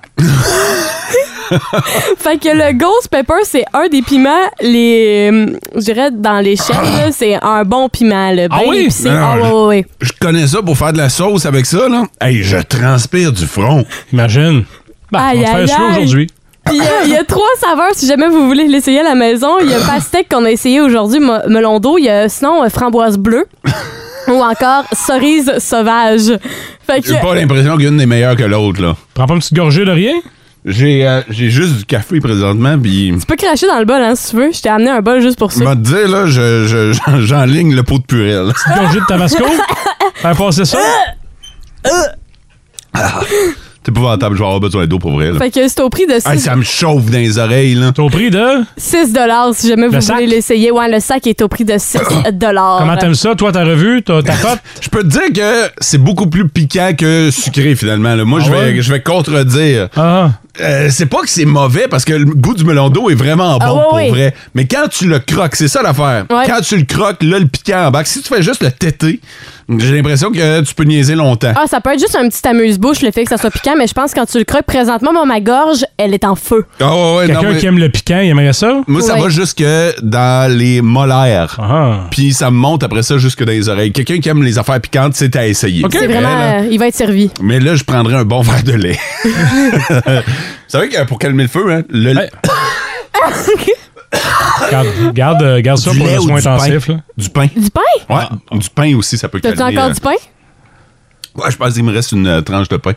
Fait que le ghost pepper, c'est un des piments, les. hum, Je dirais, dans l'échelle, là, c'est un bon piment, là.
Ah
bien
oui?
épicé.
Non,
Ah,
non,
ouais, ouais,
Je connais ça pour faire de la sauce avec ça, là. Hey, je transpire du front.
Imagine. Bah,
Aïe,
on va te
aïe,
faire chaud
aïe.
aujourd'hui.
Puis euh, il y a trois saveurs si jamais vous voulez l'essayer à la maison. Il y a pastèque qu'on a essayé aujourd'hui, mo- melon d'eau. Il y a sinon euh, framboise bleue. ou encore cerise sauvage. Fait que.
J'ai pas l'impression qu'une est meilleure que l'autre, là.
Prends pas une petite gorgée de rien?
J'ai euh, j'ai juste du café présentement, puis...
Tu peux cracher dans le bol, hein, si tu veux. Je t'ai amené un bol juste pour
Je
ça.
vais te dire, là, je- je- je- j'enligne le pot de purée, là.
Petite gorgée de tabasco? Faire passer ça?
C'est épouvantable, je vais avoir besoin d'eau pour vrai, là.
Fait que c'est au prix de
Hey,
6
ça me chauffe dans les oreilles, là.
T'es au prix de.
6 si jamais vous
sac?
voulez l'essayer. Ouais, le sac est au prix de 6
Comment t'aimes ça? Toi, ta revue, ta, ta cote?
Je peux te dire que c'est beaucoup plus piquant que sucré, finalement. là. Moi,
Ah
je vais,
ouais?
je vais contredire.
Ah,
Euh, c'est pas que c'est mauvais, parce que le goût du melon d'eau est vraiment bon
Ah ouais,
pour
ouais.
vrai. Mais quand tu le croques, c'est ça l'affaire.
Ouais.
Quand tu le croques, là, le piquant en bac. Si tu fais juste le tété, j'ai l'impression que tu peux niaiser longtemps.
Ah, ça peut être juste un petit amuse-bouche, le fait que ça soit piquant, mais je pense que quand tu le croques présentement, moi, ma gorge, elle est en feu.
Ah ouais, ouais, non,
quelqu'un
mais-
qui aime le piquant, il aimerait ça?
Moi, ça
Ouais.
va jusque dans les molaires.
Ah.
Puis ça me monte après ça jusque dans les oreilles. Quelqu'un qui aime les affaires piquantes, c'est à essayer.
C'est
Mais
vraiment...
là-
euh, il va être servi.
Mais là, je prendrais un bon verre de lait. Vous savez que pour calmer le feu, hein, le
Hey, Garde, garde, euh, garde ça
du
pour
lait
le
ou
soin
du
intensif.
pain.
là. Ah,
Du pain.
Du pain?
Ouais, du pain aussi, ça peut calmer.
T'as-tu encore
euh,
du pain?
Ouais, je pense qu'il me reste une euh, tranche de pain.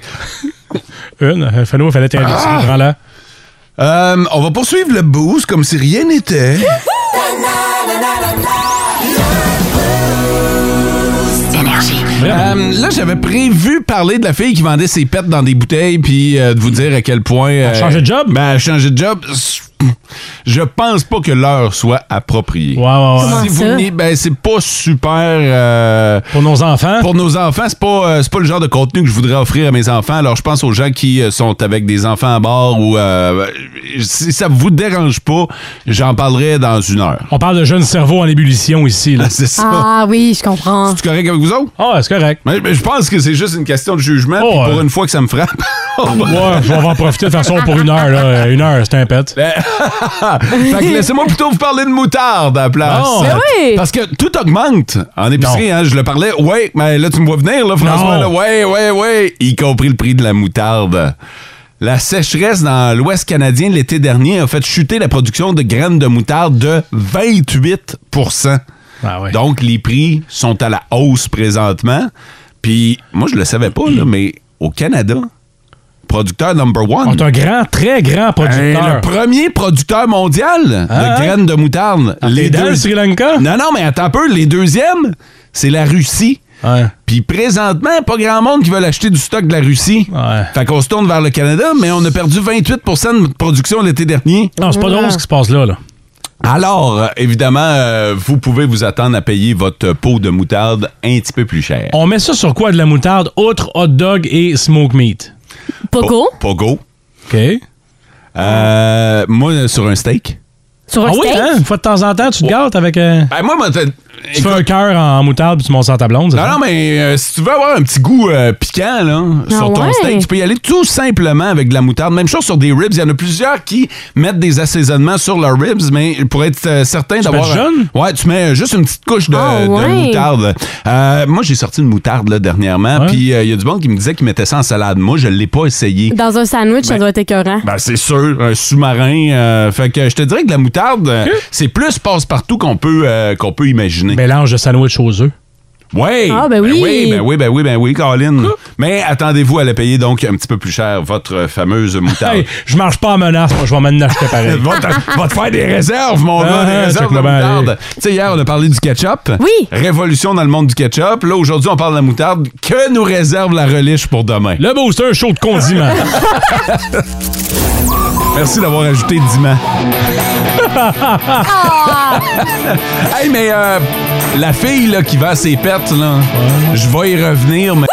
Une. euh, Fais-nous, il fallait t'aider.
Ah!
Prends-la.
Euh, on va poursuivre le boost comme si rien n'était. Euh, là, j'avais prévu parler de la fille qui vendait ses pets dans des bouteilles, puis euh, de vous dire à quel point. euh,
a changé de job?
Ben, elle a changé de job. Je pense pas que l'heure soit appropriée.
Ouais, ouais, ouais.
Si vous
ça?
venez, ben, c'est pas super. euh,
Pour nos enfants.
pour nos enfants, c'est pas, euh, c'est pas le genre de contenu que je voudrais offrir à mes enfants. Alors, je pense aux gens qui euh, sont avec des enfants à bord ou euh, si ça vous dérange pas, j'en parlerai dans une heure.
On parle de jeunes cerveaux en ébullition ici. Là.
C'est ça.
Ah oui, je comprends.
Tu correct avec vous autres?
Ah, c'est correct.
Mais, mais je pense que c'est juste une question de jugement.
Oh,
puis pour
ouais.
une fois que ça me frappe, on va-
Ouais, on va en profiter de toute façon pour une heure. Là. Euh, Une heure, c'est un pet.
Ben, Fait que laissez-moi plutôt vous parler de moutarde à la place.
Non. Mais
Ben oui.
Parce que tout augmente en épicerie. Hein, je le parlais. Ouais, mais là, tu me vois venir, là, François.
Non.
Là, ouais, ouais, ouais. Y compris le prix de la moutarde. La sécheresse dans l'Ouest canadien l'été dernier a fait chuter la production de graines de moutarde de 28
Ah ouais.
Donc, les prix sont à la hausse présentement. Puis, moi, je le savais pas, là, mais au Canada, producteur number one.
On est Ah, un grand, très grand producteur.
Ben, le premier producteur mondial
Ah,
de
hein?
graines de moutarde.
Ah, t'es dans le Sri
Lanka? Non, non, mais attends un peu. Les deuxièmes, c'est la Russie.
Ah.
Puis présentement, pas grand monde qui veut acheter du stock de la Russie. Fait qu'on se tourne vers le Canada, mais on a perdu 28 de notre production l'été dernier.
Non, c'est pas drôle ce qui se passe là. là.
Alors, euh, évidemment, euh, vous pouvez vous attendre à payer votre pot de moutarde un petit peu plus cher.
On met ça sur quoi de la moutarde, outre hot dog et smoke meat? Oh.
Poco?
Pogo. Euh,
OK.
moi, sur un steak.
Sur un
ah oui,
steak?
hein? Une fois de temps en temps, tu te gâtes avec. euh,
Ben, moi, moi, t'as-
tu fais un cœur en moutarde puis tu montes ça à ta blonde. c'est
Non,
ça?
non, mais euh, si tu veux avoir un petit goût euh, piquant là, sur ton
Ah ouais?
steak, tu peux y aller tout simplement avec de la moutarde. Même chose sur des ribs. Il y en a plusieurs qui mettent des assaisonnements sur leurs ribs, mais pour être euh, certain
Tu mets
d'avoir.
du jaune?
Ouais, tu mets juste une petite couche de,
Ah
de
ouais?
moutarde. Euh, moi, j'ai sorti une moutarde là, dernièrement, puis euh, il y a du monde qui me disait qu'ils mettaient ça en salade. Moi, je ne l'ai pas essayé.
Dans un sandwich, ça
Ben-
doit être écœurant.
Ben, c'est sûr, un sous-marin. euh, fait que je te dirais que la moutarde, euh, c'est plus passe-partout qu'on peut, euh, qu'on peut imaginer.
Mélange de sandwich aux œufs.
Ouais.
Ah, ben oui.
oui, ben oui, ben oui, ben oui, Colin. Mais attendez-vous à la payer donc un petit peu plus cher, votre fameuse moutarde.
Hey, je marche pas en menace, moi, je vais m'en acheter pareil.
va, te, va te faire des réserves, mon gars,
Ah,
des réserves de
check-le bien,
moutarde. Tu sais, hier, on a parlé du ketchup.
Oui.
Révolution dans le monde du ketchup. Là, aujourd'hui, on parle de la moutarde. Que nous réserve la reliche pour demain?
Le booster chaud de condiment.
Merci d'avoir ajouté Diman. hey, mais euh, la fille là, qui va à ses pertes, là, je vais y revenir, mais.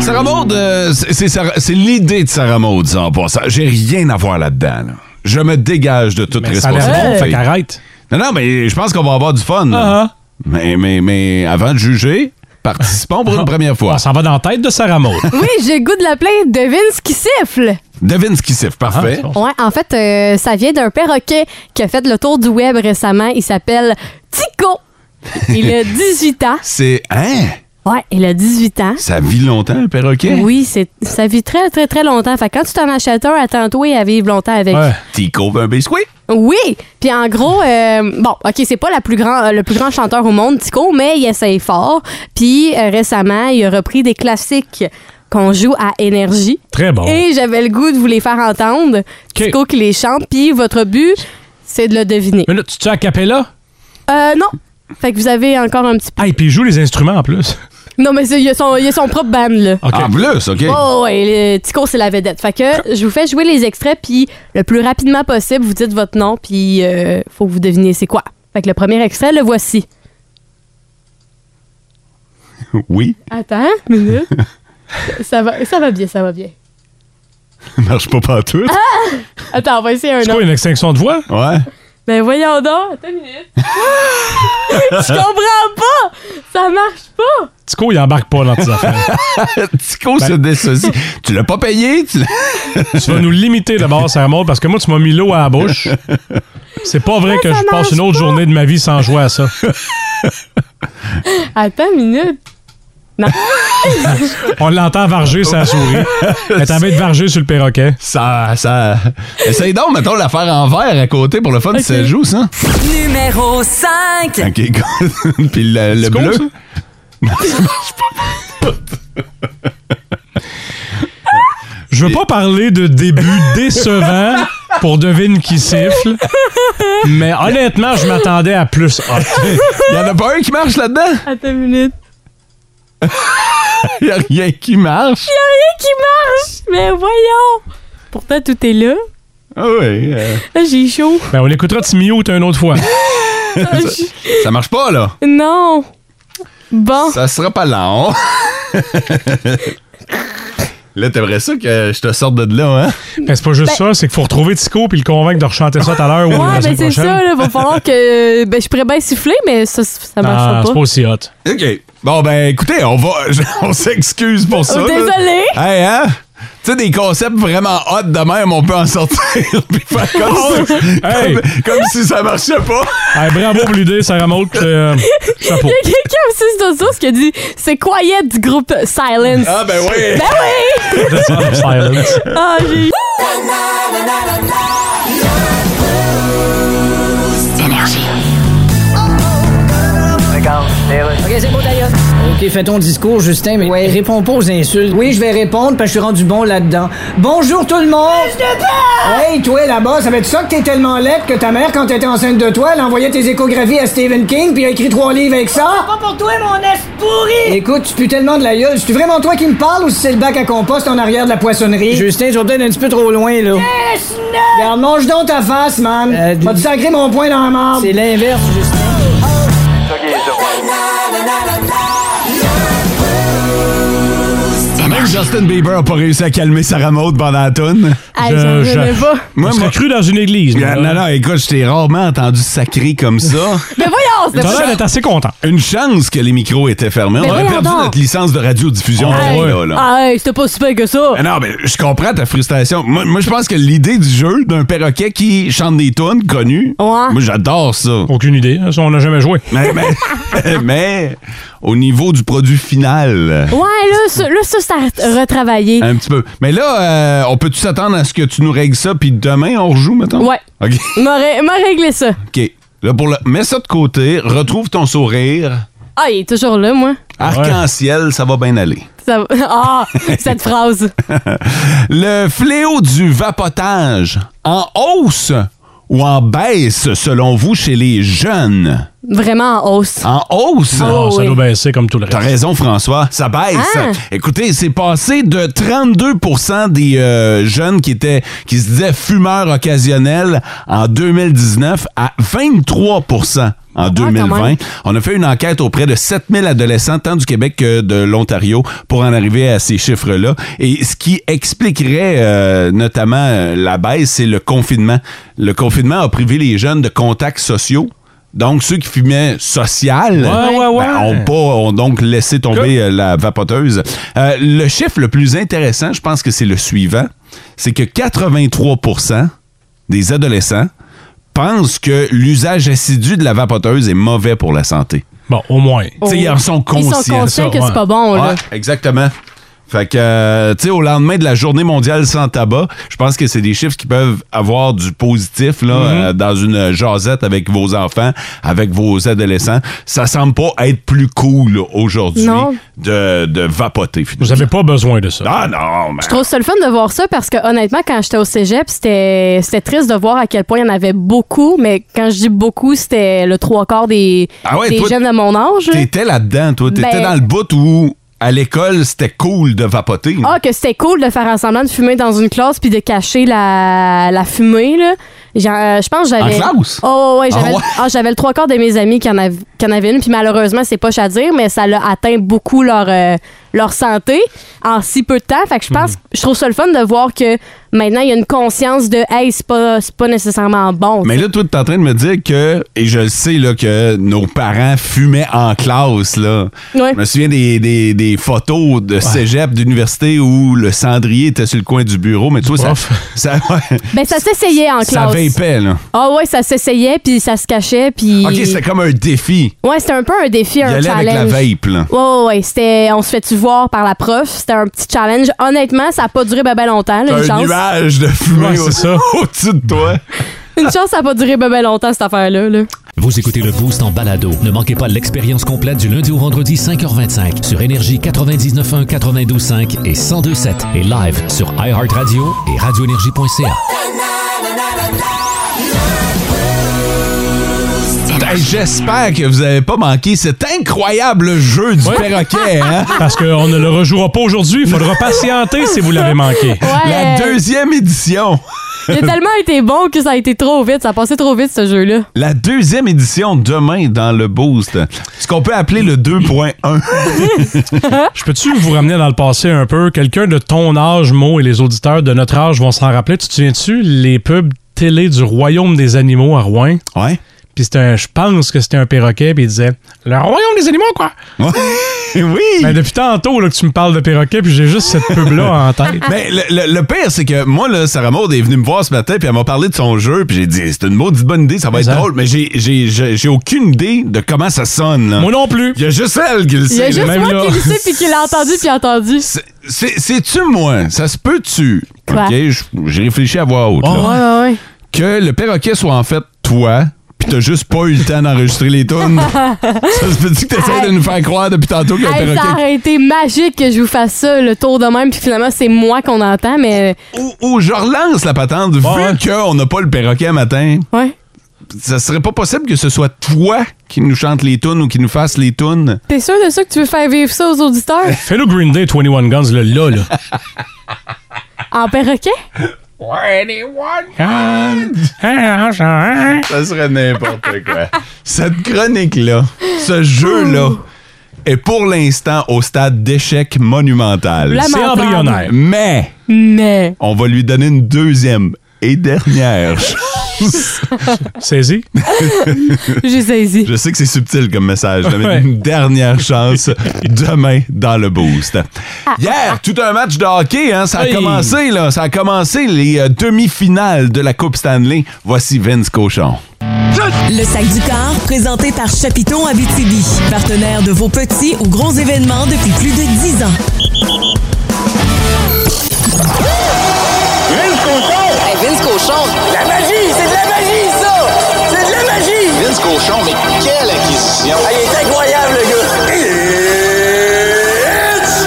Sarah Maud, euh, c'est- c'est Sarah- c'est l'idée de Sarah Maud, ça, en passant. J'ai rien à voir là-dedans. là. Je me dégage de toute
ça a l'air
responsabilité.
bon, fait Ah, qu'arrête.
Non, non, mais je pense qu'on va avoir du fun. là. mais, mais, mais avant de juger, participons pour une première fois.
On s'en va dans la tête de Sarah Maud.
Oui, j'ai le goût de l'appeler Devine ce qui siffle.
Devine ce qui siffle.
Ah,
Parfait.
Hein?
Ouais, en fait, euh, ça vient d'un perroquet qui a fait le tour du web récemment. Il s'appelle Tico. Il a 18 ans.
C'est. Hein?
Ouais, il a 18 ans.
Ça vit longtemps, un perroquet?
Oui, c'est ça vit très, très, très longtemps. Fait que quand tu t'en achètes un, attends-toi et à vivre longtemps avec.
Tico veut un biscuit?
Oui! Puis en gros, euh, bon, OK, c'est pas la plus grand, euh, le plus grand chanteur au monde, Tico, mais il essaye fort. Puis euh, récemment, il a repris des classiques qu'on joue à énergie.
Très bon.
Et j'avais le goût de vous les faire entendre. Tico qui les chante, puis votre but, c'est de le deviner.
Mais là, tu te à Capella?
Euh, non. Fait que vous avez encore un petit peu.
Ah, et puis il joue les instruments en plus.
Non, mais c'est- il y a, son- il y a son propre band, là.
En plus, OK.
Oh, ouais, le Tico, c'est la vedette. Fait que je vous fais jouer les extraits, puis le plus rapidement possible, vous dites votre nom, puis euh, faut que vous deviniez c'est quoi. Fait que le premier extrait, le voici.
Oui,
Attends, minute. ça, va, ça va bien, ça va bien.
marche pas partout.
Attends, on va essayer un
C'est
autre.
quoi une extinction de voix?
Ouais.
Ben voyons donc, attends une minute. je comprends pas! Ça marche pas!
Tico, il embarque pas dans tes affaires.
Tico se déssocie. Tu l'as pas payé? tu l'as-
Tu vas nous limiter d'abord, Sarah Maud, parce que moi, tu m'as mis l'eau à la bouche. C'est pas
Ah,
vrai que je passe une autre journée de ma vie sans jouer à ça.
Attends une minute. Non.
On l'entend varger sa souris. Elle est en train de varger sur le perroquet.
Ça, ça. Essaye donc, mettons, la faire en verre à côté pour le fun si ça joue, ça.
Numéro 5.
OK, good. Puis le, le
con,
bleu.
ça? Je veux pas parler de début décevant pour devine qui siffle, mais honnêtement, je m'attendais à plus hot.
Il y en a pas un qui marche là-dedans?
Attends une minute.
Il y a rien qui marche.
Y'a rien qui marche! Mais voyons! Pourtant, tout est là.
Ah oui. euh,
Là, j'ai chaud.
Ben, on l'écoutera de mioute une autre fois.
ça marche pas, là.
Non! Bon.
Ça sera pas long. là, t'aimerais ça que je te sorte de là, hein?
Ben, c'est pas juste ça, c'est qu'il faut retrouver Tico puis le convaincre de rechanter ça tout à l'heure ou
Ouais,
la
ben
semaine
c'est
prochaine.
ça, là. Va falloir que. Ben, je pourrais bien siffler, mais ça, ça
Ah,
marche
c'est
ben, pas.
pas aussi hot.
OK. Bon, ben, écoutez, on va. On s'excuse pour ça.
Oh,
là.
désolé!
Hey, hein? Tu sais, des concepts vraiment hot de même, on peut en sortir puis faire comme,
Oh,
ça,
Hey!
comme, comme si ça marchait pas.
Hey, bravo pour l'idée, Sarah Maud. euh,
Il
chapeau.
y a quelqu'un aussi sur Zosos qui a dit c'est quiet du groupe Silence.
Ah, ben oui!
Ben oui!
Silence.
Ah, j'ai.
c'est beau d'ailleurs.
OK, fais ton discours, Justin, mais réponds pas aux insultes. Oui, je vais répondre parce que je suis rendu bon là-dedans. Bonjour tout le monde! Hey, toi là-bas, ça va être ça que t'es tellement laide que ta mère, quand t'étais enceinte de toi, elle envoyait tes échographies à Stephen King puis a écrit trois livres avec ça?
Pas pour toi, mon est pourri!
Écoute, tu pues tellement de la gueule. C'est vraiment toi qui me parles ou si c'est le bac à compost en arrière de la poissonnerie? Justin, tu vas peut-être un petit peu trop loin, là.
Yes, no!
Regarde, mange donc ta face, man. Va te sacrer mon poing dans la marbre. C'est l'inverse, Justin.
Même Justin Bieber a pas réussi à calmer Sarah Maud pendant la toune.
Hey, j'en revenais pas.
Moi,
On serait
moi-
cru dans une église.
Euh, Non, non, écoute, je t'ai rarement entendu sacrer comme ça.
Mais voyons,
T'as l'air
c'est
d'être assez content.
Une chance que les micros étaient fermés.
Mais
On aurait
voyons
perdu
donc.
notre licence de radiodiffusion.
Ah,
diffusion
hey.
là, là.
Ah, hey, c'était pas super que ça.
Mais non, mais je comprends ta frustration. Moi, moi, je pense que l'idée du jeu d'un perroquet qui chante des tunes connues, moi, j'adore ça.
Aucune idée. hein, ça, on n'a jamais joué.
Mais, mais- mais au niveau du produit final,
Ouais, là, ça, là, ça, c'est à retravailler.
un petit peu. Mais là, euh, on peut-tu s'attendre à ce que tu nous règles ça, puis demain, on rejoue, maintenant?
Ouais.
OK.
M'a ré- m'a réglé ça.
OK. Là, pour le... Mets ça de côté, retrouve ton sourire.
Ah, il est toujours là, moi.
Arc-en-ciel, ça va bien aller.
Ça va- Ah, cette phrase.
Le fléau du vapotage, en hausse ou en baisse, selon vous, chez les jeunes?
Vraiment en hausse.
En hausse?
Ah, Non, ça oui. doit
baisser comme tout le reste.
T'as raison, François. Ça baisse.
Ah.
Écoutez, c'est passé de 32 des euh, jeunes qui étaient qui se disaient fumeurs occasionnels en 2019 à 23 en 2020.
même.
On a fait une enquête auprès de 7000 adolescents, tant du Québec que de l'Ontario, pour en arriver à ces chiffres-là. Et ce qui expliquerait euh, notamment euh, la baisse, c'est le confinement. Le confinement a privé les jeunes de contacts sociaux. Donc, ceux qui fumaient social
Ouais, ouais, ouais.
ben, ont pas ont donc laissé tomber euh, la vapoteuse. Euh, le chiffre le plus intéressant, je pense que c'est le suivant, c'est que 83 des adolescents pensent que l'usage assidu de la vapoteuse est mauvais pour la santé.
Bon, au moins.
Oh.
Tu sais, ils en sont conscients.
Ils sont conscients que
Ouais.
c'est pas bon, là.
Ouais, exactement. Fait que, euh, tu sais, au lendemain de la journée mondiale sans tabac, je pense que c'est des chiffres qui peuvent avoir du positif, là,
Mm-hmm.
euh, dans une jasette avec vos enfants, avec vos adolescents. Ça semble pas être plus cool aujourd'hui
Non.
de, de vapoter, finalement.
Vous avez pas besoin de ça.
Ah non, mais...
Je trouve ça le fun de voir ça parce que honnêtement, quand j'étais au cégep, c'était c'était triste de voir à quel point il y en avait beaucoup. Mais quand je dis beaucoup, c'était le trois quarts des,
Ah ouais,
des
toi,
jeunes de mon âge.
T'étais là-dedans, toi. T'étais
Ben-
dans le bout où, à l'école, c'était cool de vapoter.
Ah, que c'était cool de faire un semblant de fumer dans une classe puis de cacher la, la fumée, là. J'en- euh, Je pense que j'avais.
En classe?
Oh, ouais,
Ah
j'avais
ouais?
ah, j'avais le trois quarts de mes amis qui en, av- qui en avaient une, puis malheureusement, c'est poche à dire, mais ça l'a atteint beaucoup leur, euh, leur santé en si peu de temps. Fait que je
Mhm.
pense, je trouve ça le fun de voir que maintenant, il y a une conscience de, hey, c'est pas, c'est pas nécessairement bon.
Mais là, toi, t'es en train de me dire que, et je le sais, là, que nos parents fumaient en classe, là.
Ouais.
Je me souviens des, des- des photos de cégep, d'université où le cendrier était sur le coin du bureau, mais tu vois, ça,
prof.
ça, ouais,
Ben, ça s'essayait en
ça
classe.
vapait, là.
Ah, ouais, ça s'essayait, puis ça se cachait, puis.
OK, c'était comme un défi.
Ouais, c'était un peu un défi,
Il
un
allait
challenge.
avec la vape, là.
Ouais, ouais, ouais, C'était, on se fait-tu voir par la prof? C'était un petit challenge. Honnêtement, ça n'a pas duré ben, ben longtemps, là, une
un
chance.
nuage de fumée
Ouais, c'est
au-
ça.
au-dessus de toi.
Une chance, ça n'a pas duré ben, ben longtemps, cette affaire-là. là.
Vous écoutez le Boost en balado. Ne manquez pas l'expérience complète du lundi au vendredi 5h25 sur Énergie 99.1, 92.5 et 102.7 et live sur iHeartRadio et radioénergie.ca.
Ben, J'espère que vous avez pas manqué cet incroyable jeu du
Ouais.
perroquet, hein?
Parce qu'on ne le rejouera pas aujourd'hui. Il faudra patienter si vous l'avez manqué.
Ouais,
La
euh,
deuxième édition.
il a tellement été bon que ça a été trop vite. Ça a passé trop vite, ce jeu-là.
La deuxième édition demain dans le Boost. Ce qu'on peut appeler le 2.1.
Je peux-tu vous ramener dans le passé un peu? Quelqu'un de ton âge, Mo, et les auditeurs de notre âge vont s'en rappeler. Tu te souviens-tu les pubs télé du Royaume des animaux à Rouen?
Ouais.
Puis c'était un- je pense que c'était un perroquet, puis il disait Le Royaume des animaux, quoi!
Ouais. oui.
Ben, depuis tantôt là, que tu me parles de perroquet, puis j'ai juste cette pub-là en tête.
Mais ben, le, le- le pire, c'est que moi, là, Sarah Maud est venue me voir ce matin, puis elle m'a parlé de son jeu, puis j'ai dit, c'est une maudite bonne idée, ça va
Mais
être
ça-
drôle, mais j'ai- j'ai j'ai- j'ai aucune idée de comment ça sonne. Là.
Moi non plus!
Il y a juste elle qui le
Il y a
sait.
juste
là.
même
moi
là.
qui le sais, puis qui l'a entendu, puis entendu.
C'est- c'est- C'est-tu moi? Ça se peut-tu?
Quoi?
Ok, j- j'ai réfléchi à voix haute. là.
Ouais, ouais, ouais.
Que le perroquet soit en fait toi, puis que t'as juste pas eu le temps d'enregistrer les tunes. ça se peut-tu que t'essayes de nous faire croire depuis tantôt qu'il y a un
Hey, ça
perroquet
aurait été magique que je vous fasse ça, le tour de même, puis finalement, c'est moi qu'on entend, mais.
Ou, ou je relance la patente, vu qu'on n'a pas le perroquet matin.
Ouais.
Ça serait pas possible que ce soit toi qui nous chante les tunes ou qui nous fasse les tunes.
T'es sûr de ça que tu veux faire vivre ça aux auditeurs?
Fais-le Green Day 21 Guns, le là, là.
en perroquet?
Ça serait n'importe quoi. Cette chronique-là, ce jeu-là, est pour l'instant au stade d'échec monumental.
Lamentable. C'est embryonnaire.
Mais
Mais.
on va lui donner une deuxième et dernière chance.
Saisi?
J'ai saisi.
Je sais que c'est subtil comme message, là, mais
Ouais.
une dernière chance demain dans le boost. Hier, tout un match de hockey, hein, ça a
Hey.
commencé, là, ça a commencé les euh, demi-finales de la Coupe Stanley. Voici Vince Cochon.
Le sac du corps, présenté par Chapiton Abitibi, partenaire de vos petits ou gros événements depuis plus de 10 ans.
Vince Cochon! Vince Cochon! La magie! C'est de la magie, ça! C'est de la magie! Vince Cochon, mais quelle acquisition! il est incroyable, le gars! It's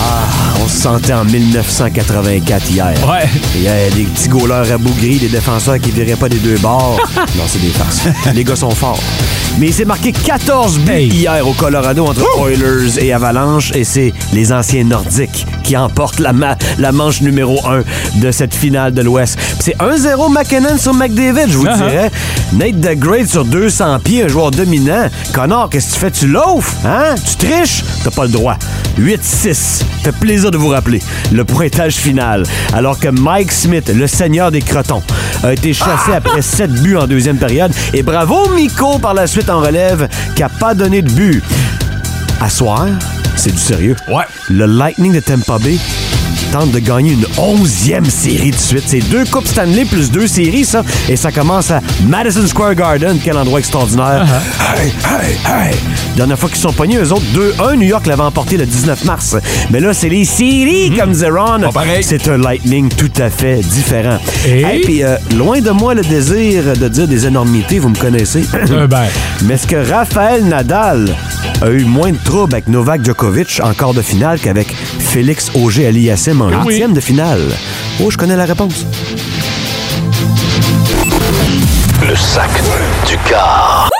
Ah, on se sentait en 1984 hier. Ouais. Il y a des petits gauleurs abougris, des défenseurs qui viraient pas des deux bords. non, c'est des farces. les gars sont forts. Mais il s'est marqué 14 buts hier au Colorado entre Oilers et Avalanche et c'est les anciens Nordiques qui emportent la, ma- la manche numéro 1 de cette finale de l'Ouest. Puis C'est 1-0 McKinnon sur McDavid, je vous
Uh-huh.
dirais. Nate DeGrade sur 200 pieds, un joueur dominant. Connard, qu'est-ce que tu fais? Tu loafes? Hein? Tu triches? T'as pas le droit. 8-6. Fait plaisir de vous rappeler le pointage final. Alors que Mike Smith, le seigneur des crotons, a été chassé après 7 buts en deuxième période. Et bravo Miko par la suite en relève qui a pas donné de but. À soir, Ah, c'est du sérieux. Ouais. Le Lightning de Tampa Bay tente de gagner une onzième série de suite. C'est deux coupes Stanley plus deux séries, ça. Et ça commence à Madison Square Garden. Quel endroit extraordinaire. Hey, hey, hey. Dernière fois qu'ils sont pognés, eux autres, 2-1, New York l'avait emporté le 19 mars. Mais là, c'est les séries, comme Zeron.
ben,
C'est un Lightning tout à fait différent. Et puis, euh, loin de moi le désir de dire des énormités, vous me connaissez.
Euh, ben.
Mais est-ce que Raphaël Nadal a eu moins de troubles avec Novak Djokovic en quart de finale qu'avec Félix Auger Aliassime en
Ah oui.
huitième de finale? Oh, je connais la réponse.
Le sac du corps.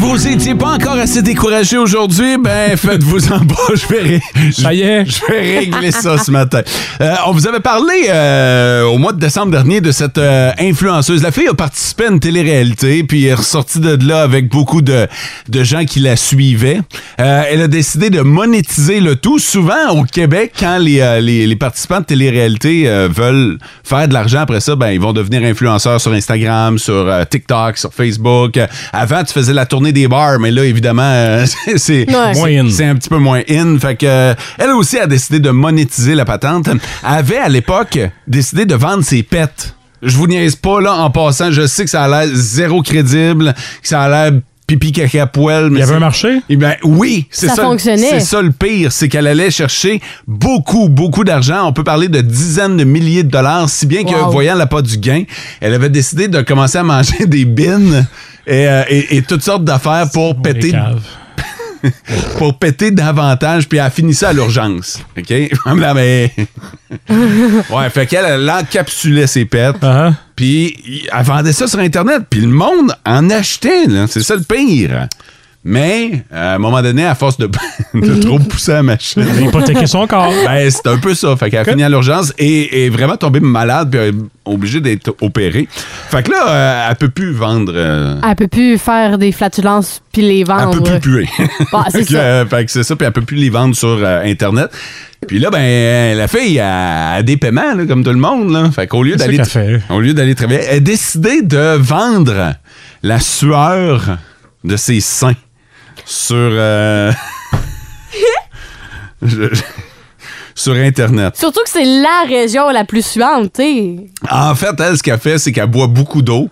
Vous étiez pas encore assez découragé aujourd'hui, ben faites-vous en pas, je vais, ré- je- je vais régler ça ce matin. Euh, on vous avait parlé euh, au mois de décembre dernier de cette euh, influenceuse. La fille a participé à une télé-réalité, puis est ressortie de là avec beaucoup de, de gens qui la suivaient. Euh, elle a décidé de monétiser le tout. Souvent au Québec, quand les, euh, les, les participants de télé-réalité euh, veulent faire de l'argent après ça, ben ils vont devenir influenceurs sur Instagram, sur euh, TikTok, sur Facebook. Euh, Avant, tu faisais la tournée des bars, mais là, évidemment, euh, c'est- c'est
Ouais. Moins
c'est- c'est un petit peu moins in. Fait que, euh, elle aussi a décidé de monétiser la patente. Elle avait à l'époque décidé de vendre ses pets. Je vous niaise pas là en passant. Je sais que ça a l'air zéro crédible, que ça a l'air pipi caca poêle. Il y avait un
marché?
Eh ben oui, c'est
Ça
ça.
fonctionnait.
C'est ça le pire, c'est qu'elle allait chercher beaucoup, beaucoup d'argent. On peut parler de dizaines de milliers de dollars, si bien que
Wow.
voyant la pas du gain, elle avait décidé de commencer à manger des bines et, euh, et- et toutes sortes d'affaires pour péter pour péter davantage, puis elle finit ça à l'urgence. OK? Comme là, mais... ouais, fait qu'elle, elle encapsulait ses pets, puis y- elle vendait ça sur Internet, puis le monde en achetait, là. C'est ça le pire. Mais, euh, à un moment donné, à force de, de trop pousser la machine...
Elle a hypothéqué son corps.
Ben, c'est un peu ça. Fait qu'elle a fini à l'urgence et est vraiment tombée malade, puis euh, obligée d'être opérée. Fait que là, euh, elle peut plus vendre... euh,
Elle peut plus faire des flatulences puis les vendre.
elle peut plus puer.
Ah, c'est
Fait que,
ça.
euh, fait que c'est ça, puis elle peut plus les vendre sur euh, Internet. Puis là, ben, euh, la fille a, a des paiements, là, comme tout le monde. Là. Fait qu'au lieu
C'est ça
d'aller
qu'elle fait.
au lieu d'aller travailler, elle a décidé de vendre la sueur de ses seins sur euh, je- je- sur Internet.
Surtout que c'est la région la plus suante, tu sais.
En fait, elle, ce qu'elle fait, c'est qu'elle boit beaucoup d'eau.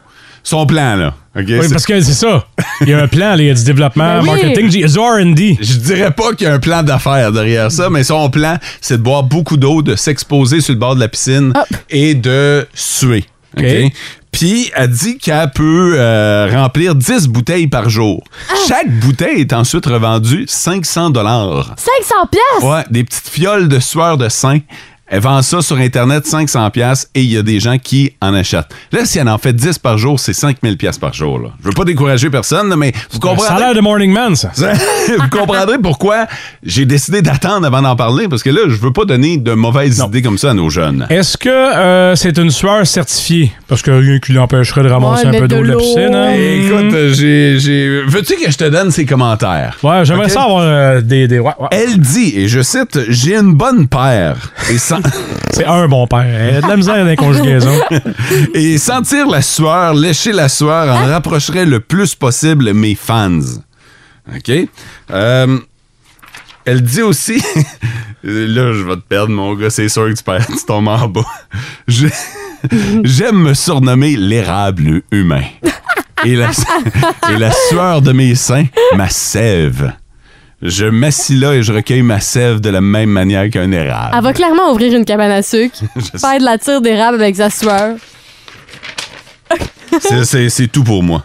son plan, là. OK?
Oui,
C'est-
parce que c'est ça. Il y a un plan, là, il y a du développement,
Ben oui.
marketing, il y a du R&D.
Je dirais pas qu'il y a un plan d'affaires derrière ça, mais son plan, c'est de boire beaucoup d'eau, de s'exposer sur le bord de la piscine et de suer. OK? Puis, elle dit qu'elle peut euh, remplir 10 bouteilles par jour. Chaque bouteille est ensuite revendue 500 dollars.
500 pièces.
Ouais, des petites fioles de sueur de sein. Elle vend ça sur Internet 500 pièces et il y a des gens qui en achètent. Là, si elle en fait 10 par jour, c'est 5000 pièces par jour. Là. Je veux pas décourager personne, là, mais vous comprenez...
salaire de Morning Man, ça.
vous comprendrez pourquoi j'ai décidé d'attendre avant d'en parler, parce que là, je veux pas donner de mauvaises idées comme ça à nos jeunes.
Est-ce que euh, c'est une sueur certifiée? Parce que rien qui l'empêcherait de ramasser un peu d'eau de la piscine. hein?
Écoute, euh, j'ai, j'ai- Veux-tu que je te donne ses commentaires?
Ouais, j'aimerais ça avoir euh, des... des... ouais, ouais.
Elle dit, et je cite, « J'ai une bonne paire. » et sans...
C'est un bon père. Elle a de la misère dans les conjugaisons.
et sentir la sueur, lécher la sueur,
Ah.
en rapprocherait le plus possible mes fans. OK? Euh, elle dit aussi... là, je vais te perdre, mon gars. C'est sûr que tu, perds, tu tombes en bas. Je- J'aime me surnommer l'érable humain. Et la, et la sueur de mes seins, ma sève. Je m'assis là et je recueille ma sève de la même manière qu'un érable.
Elle va clairement ouvrir une cabane à sucre,
Je
faire de la tire d'érable avec sa sueur.
C'est- C'est c'est tout pour moi.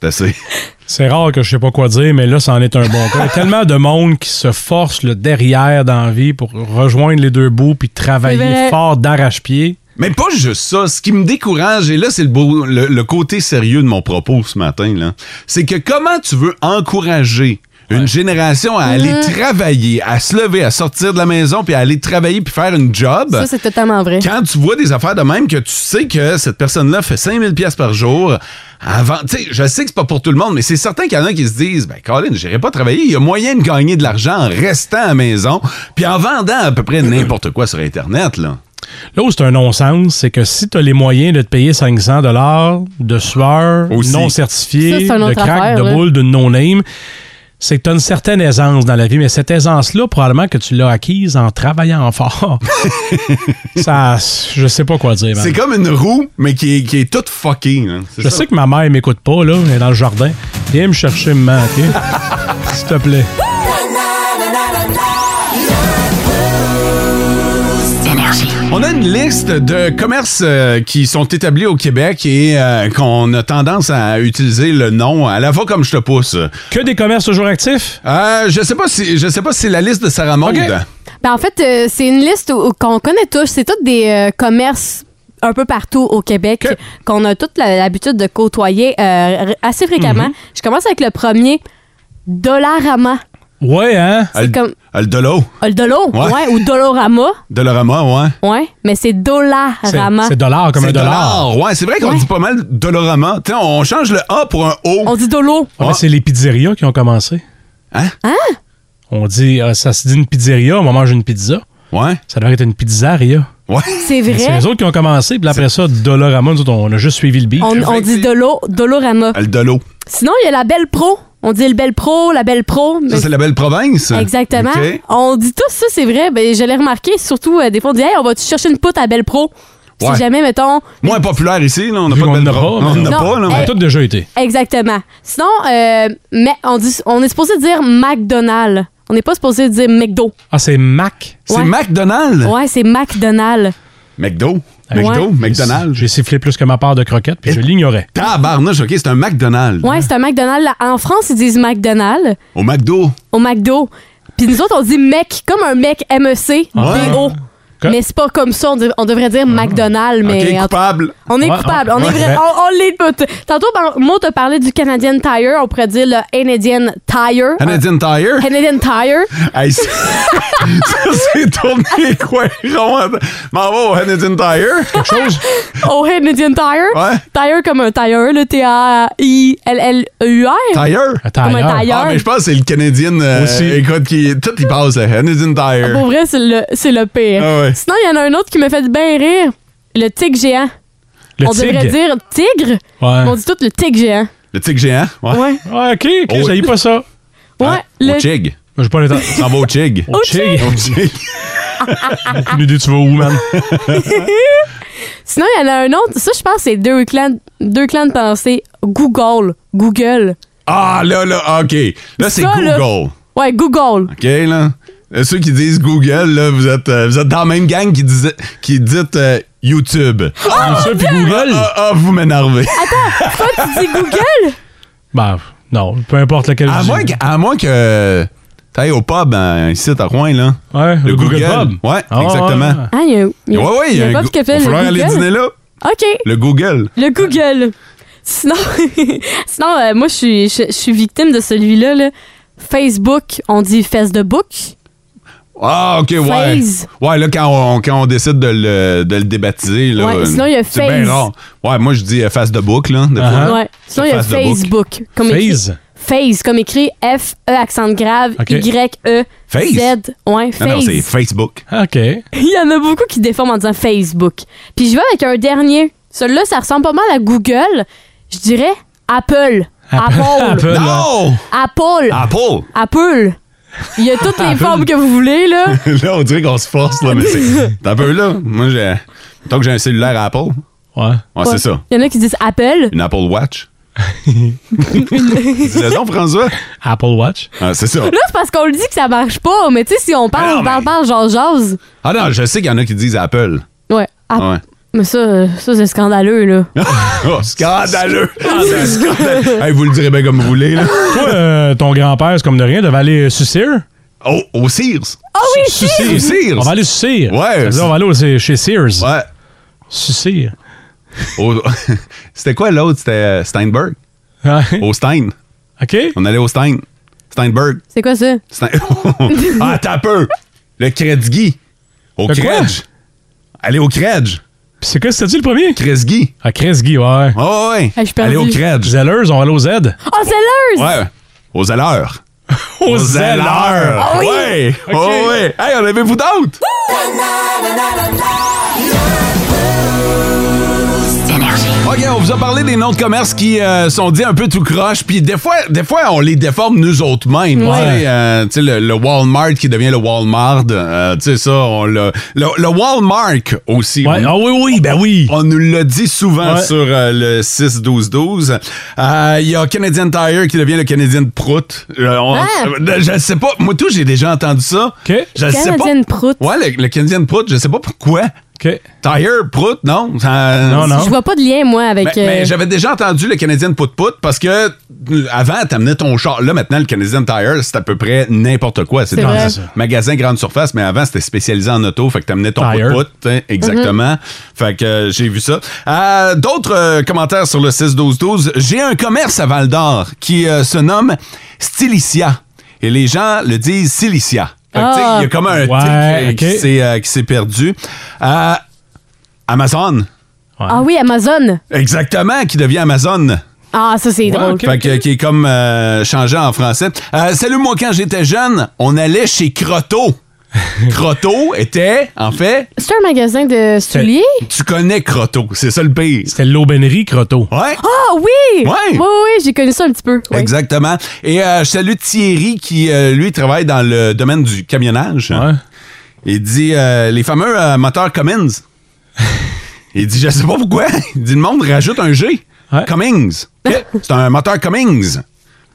C'est assez.
C'est rare que je sais pas quoi dire, mais là, ça en est un bon cas. Il y a tellement de monde qui se force le derrière dans la vie pour rejoindre les deux bouts puis
C'est
travailler
vrai.
fort d'arrache-pied.
Mais pas juste ça. Ce qui me décourage, et là, c'est le, beau- le, le côté sérieux de mon propos ce matin, là, c'est que comment tu veux encourager une génération à aller
Mm.
travailler, à se lever, à sortir de la maison, puis à aller travailler, puis faire une job.
Ça, c'est totalement vrai.
Ben. Quand tu vois des affaires de même que tu sais que cette personne-là fait 5000 pièces par jour avant tu sais je sais que c'est pas pour tout le monde mais c'est certain qu'il y en a qui se disent ben Colin, j'irai pas travailler, il y a moyen de gagner de l'argent en restant à la maison puis en vendant à peu près n'importe quoi sur internet là.
Là où c'est un non-sens, c'est que si tu as les moyens de te payer 500 de sueur
Aussi.
non
Ça,
certifiée,
c'est une
de
autre
crack,
affaire,
de
là.
boule, de no-name, c'est que tu as une certaine aisance dans la vie, mais cette aisance-là, probablement que tu l'as acquise en travaillant fort. ça, je sais pas quoi dire. man.
C'est comme une roue mais qui est, qui est toute fuckée. là. C'est
Je
ça.
sais que ma mère m'écoute pas, là, elle est dans le jardin. Viens me chercher, maman, OK? S'il te plaît.
On a une liste de commerces euh, qui sont établis au Québec et euh, qu'on a tendance à utiliser le nom à la voix comme je te pousse.
Que des commerces toujours actifs
Euh, je sais pas si je sais pas si c'est la liste de Sarah Maud.
Ben, en fait, euh, c'est une liste où- où- qu'on connaît tous. C'est tous des euh, commerces un peu partout au Québec qu'on a toute la- l'habitude de côtoyer euh, r- assez fréquemment.
Mhm.
Je commence avec le premier, Dollarama.
Ouais, hein?
Elle,
comme-
elle de l'eau.
Ah, le Dolo,
Ouais.
ouais. ou Dolorama,
De l'orama, ouais.
ouais, mais c'est Dollarama.
C'est Ouais, c'est vrai qu'on dit pas mal Dolorama. Tu sais, on change le A pour un O.
On dit Dolo.
Ah, mais c'est les pizzerias qui ont commencé.
Hein?
Ah.
On dit, euh, ça se dit une pizzeria, on mange une pizza.
Ouais.
Ça devrait être une pizzeria.
Ouais.
C'est vrai.
C'est les autres qui ont commencé, puis après ça, Dolorama, nous autres, on a juste suivi le beat.
On, on dit Dolo, Dolorama.
Elle de l'eau.
Sinon, il y a la Belle Pro. On dit le Belle Pro, la Belle Pro. mais-
Ça, c'est la belle province.
Exactement.
OK.
On dit tous ça, c'est vrai. Ben, je l'ai remarqué. Surtout, euh, des fois, on dit Hey, on va-tu chercher une poutre à Belle Pro Si
Ouais.
jamais, mettons.
Moins populaire ici, là, on n'a pas de belle province. On
mais-
n'a
Non,
pas, là.
eh, On a
tous déjà été.
Exactement. Sinon, euh, mais on, dit, on est supposé dire McDonald's. On n'est pas supposé dire McDo.
Ah, c'est Mac.
C'est Ouais.
McDonald's?
Ouais, c'est McDonald's.
McDo.
Ouais.
McDo. McDonald's.
J'ai sifflé plus que ma part de croquettes, puis je l'ignorais.
Tabarnouche, OK, c'est un McDonald's.
Ouais, c'est un McDonald's. En France, ils disent McDonald's
Au McDo.
au McDo. Puis nous autres, on dit mec, comme un mec E MEC,
Ouais.
D-O.
Que-
Mais c'est pas comme ça, on, dev- on devrait dire McDonald's. Mais
OK,
en-
coupable.
On est
Ouais,
coupable.
ouais,
On, est
ouais.
vrai- on, on l'est tout. Tantôt, ben, moi, t'as parlé du Canadian Tire. On pourrait dire le Canadian Tire.
Canadian Tire?
Canadian Tire.
Hey, c'est- ça, c'est tourné les coins ronds. à- M'en va au Canadian Tire. Quelque
chose?
Au Oh, Canadian Tire.
Ouais.
Tire comme un tire, le T-A-I-L-L-E-U-R.
Tire?
Comme un tailleur.
Ah, mais je pense que c'est le Canadien. euh,
Aussi.
Écoute, qui, tout y passe, le Canadian Tire.
Pour vrai, c'est le, c'est le pire.
Ah ouais.
Sinon, il y en a un autre qui me fait bien rire. Le tigre géant.
Le
on devrait
tigre? Hein.
dire tigre. mais On dit tout le tigre géant.
Le tigre géant? Ouais.
Ouais.
OK, OK,
Oh.
j'haïs pas ça.
Ouais, le-
Au tigre.
Je pas l'état.
T'en vas au Chig.
Au Chig.
Au Chig.
Aucune idée, tu vas où, man?
Sinon, il y en a un autre. Ça, je pense que c'est deux clans, deux clans de pensée. Google. Google.
Ah, là, là, OK. Là, c'est
Ça, là-
Google.
Ouais, Google.
OK, là? Euh, Ceux qui disent Google, là, vous êtes, euh, vous êtes dans la même gang qui, disait, qui dit euh, YouTube.
Ah,
YouTube puis Google? Ah, ah, vous m'énervez.
Attends, toi, tu dis Google?
Ben, non, peu importe lequel
À
je dis.
moins que, à moins que t'ailles au pub, un ici à Rouen, là.
Ouais, le Google Pub.
Ouais,
Ah,
exactement.
ouais.
Ah, il y a, il y a-
Ouais, ouais,
il y a un
un
pub
Go-
qui s'appelle
va falloir
le
aller
Google.
dîner là.
OK.
Le Google.
Le Google. Sinon, sinon euh, moi, je suis, je, je suis victime de celui-là. là. Facebook, on dit fesse de book.
Ah, OK, ouais.
Phase.
Ouais, là, quand on, quand on décide de le, de le débaptiser, là.
Ouais, sinon, il y a
C'est bien
phase.
rare. Ouais, moi, je dis euh, face de boucle, là. des fois,
Uh-huh.
là.
Ouais. Sinon, il y a
Face Ah hein? de
Facebook. Comme
Phase?
Écrit, Phase, comme écrit F-E, accent de grave,
OK.
Y-E,
Phase?
Z. Ouais,
Non, non,
Phase.
c'est Facebook.
Ah, OK.
Il y en a beaucoup qui déforment en disant Facebook. Puis je vais avec un dernier. Celui-là, ça ressemble pas mal à Google. Je dirais Apple. Apple.
Euh,
Apple. Non!
Apple.
Apple.
Apple. Il y a toutes les formes que vous voulez, là.
là, on dirait qu'on se force, là, mais c'est. T'as un peu là. Moi, j'ai. Tant que j'ai un cellulaire Apple.
Ouais.
Ouais, c'est ça.
Il y en a qui disent Apple.
Une Apple Watch. Dis-le donc, François.
Apple Watch.
Ah, c'est ça.
Là, c'est parce qu'on le dit que ça marche pas, mais tu sais, si on parle, on parle, parle, genre jase.
Ah non, je sais qu'il y en a qui disent Apple.
Ouais. Ah,
Ouais.
Mais ça, euh, ça c'est scandaleux, là.
Oh, scandaleux! C'est scandaleux. Hey, vous le direz bien comme vous voulez. Là.
Toi, euh, ton grand-père, c'est comme de rien, devait aller sucir.
Oh, au Sears.
Ah oui,
Sucir.
Sears.
Sears.
On va aller sucir.
Ouais.
Ça veut dire, on va aller au- c'est chez Sears.
Ouais.
Sucir.
Au- C'était quoi l'autre? C'était euh, Steinberg. Au Stein.
OK.
On allait au Stein. Steinberg.
C'est quoi ça?
Stein- ah, t'as peu! Le Kretzky. Au
Le quoi?
Kredge. Allez au Kredge.
C'est quoi, c'était-tu le premier?
Kresgi.
Ah, Kresgi, ouais.
Oh, ouais.
Ah, je suis
allez au
perdue.
Kredge.
Zellers, on va aller au Z.
Oh, c'est l'heure!
Ouais. Aux alleurs.
Aux
alleurs.
alleurs.
Ah oui?
Ouais. Oh, ouais. Hey, on avait vous d'autres? OK, on vous a parlé des noms de commerce qui euh, sont dits un peu tout croche, puis des fois, des fois, on les déforme nous autres mêmes.
Ouais.
Tu sais, euh, tu sais, le, le Walmart qui devient le Walmart, euh, tu sais, ça, on l'a- le, le Walmart aussi.
Ouais.
on-
Ah oui, oui, ben oui.
on nous l'a dit souvent
Ouais.
sur euh, le 6-12-12. Euh, Il y a Canadian Tire qui devient le Canadian Prout. Euh, on-
Ah!
euh, je ne sais pas. Moi, tout, j'ai déjà entendu ça.
OK.
Je le sais pas.
Canadian Prout.
Ouais, le, le Canadian Prout, je sais pas pourquoi.
OK.
Tire, Prout, non? Ça-
Non, non.
Je vois pas de lien, moi, avec.
mais, mais
euh,
j'avais déjà entendu le Canadian Pout-Pout parce que euh, avant, t'amenais ton char. Là, maintenant, le Canadian Tire, c'est à peu près n'importe quoi. C'est
C'est
dans
vrai.
un
C'est
magasin grande surface, mais avant, c'était spécialisé en auto. Fait que t'amenais ton
Tire.
Pout-Pout. hein, exactement.
Mm-hmm.
Fait que euh, j'ai vu ça. Euh, D'autres euh, commentaires sur le 6-12-12. J'ai un commerce à Val-d'Or qui euh, se nomme Stilicia. Et les gens le disent Silicia. Fait que, tu sais,
Ah!
il y a comme un
Ouais,
tic, euh,
ok.
qui s'est euh, qui s'est perdu. Euh, Amazon.
Ah oui, Amazon.
Exactement, qui devient Amazon.
Ah, ça, c'est drôle.
Fait que, qui est comme euh, changé en français. Euh, salut, moi, quand j'étais jeune, on allait chez Croteau. Croteau était, en fait,
C'est un magasin de souliers?
tu connais Croteau, c'est ça le pire.
C'était l'aubainerie Croteau.
Ouais.
Ah oui!
Ouais.
Oui, oui, j'ai connu ça un petit peu. ouais.
Exactement. Et euh, je salue Thierry qui, euh, lui, travaille dans le domaine du camionnage.
Ouais.
Il dit euh, les fameux euh, moteurs Cummins. Il dit, je sais pas pourquoi. Il dit, le monde rajoute un G.
Ouais.
Cummings. C'est un moteur Cummings.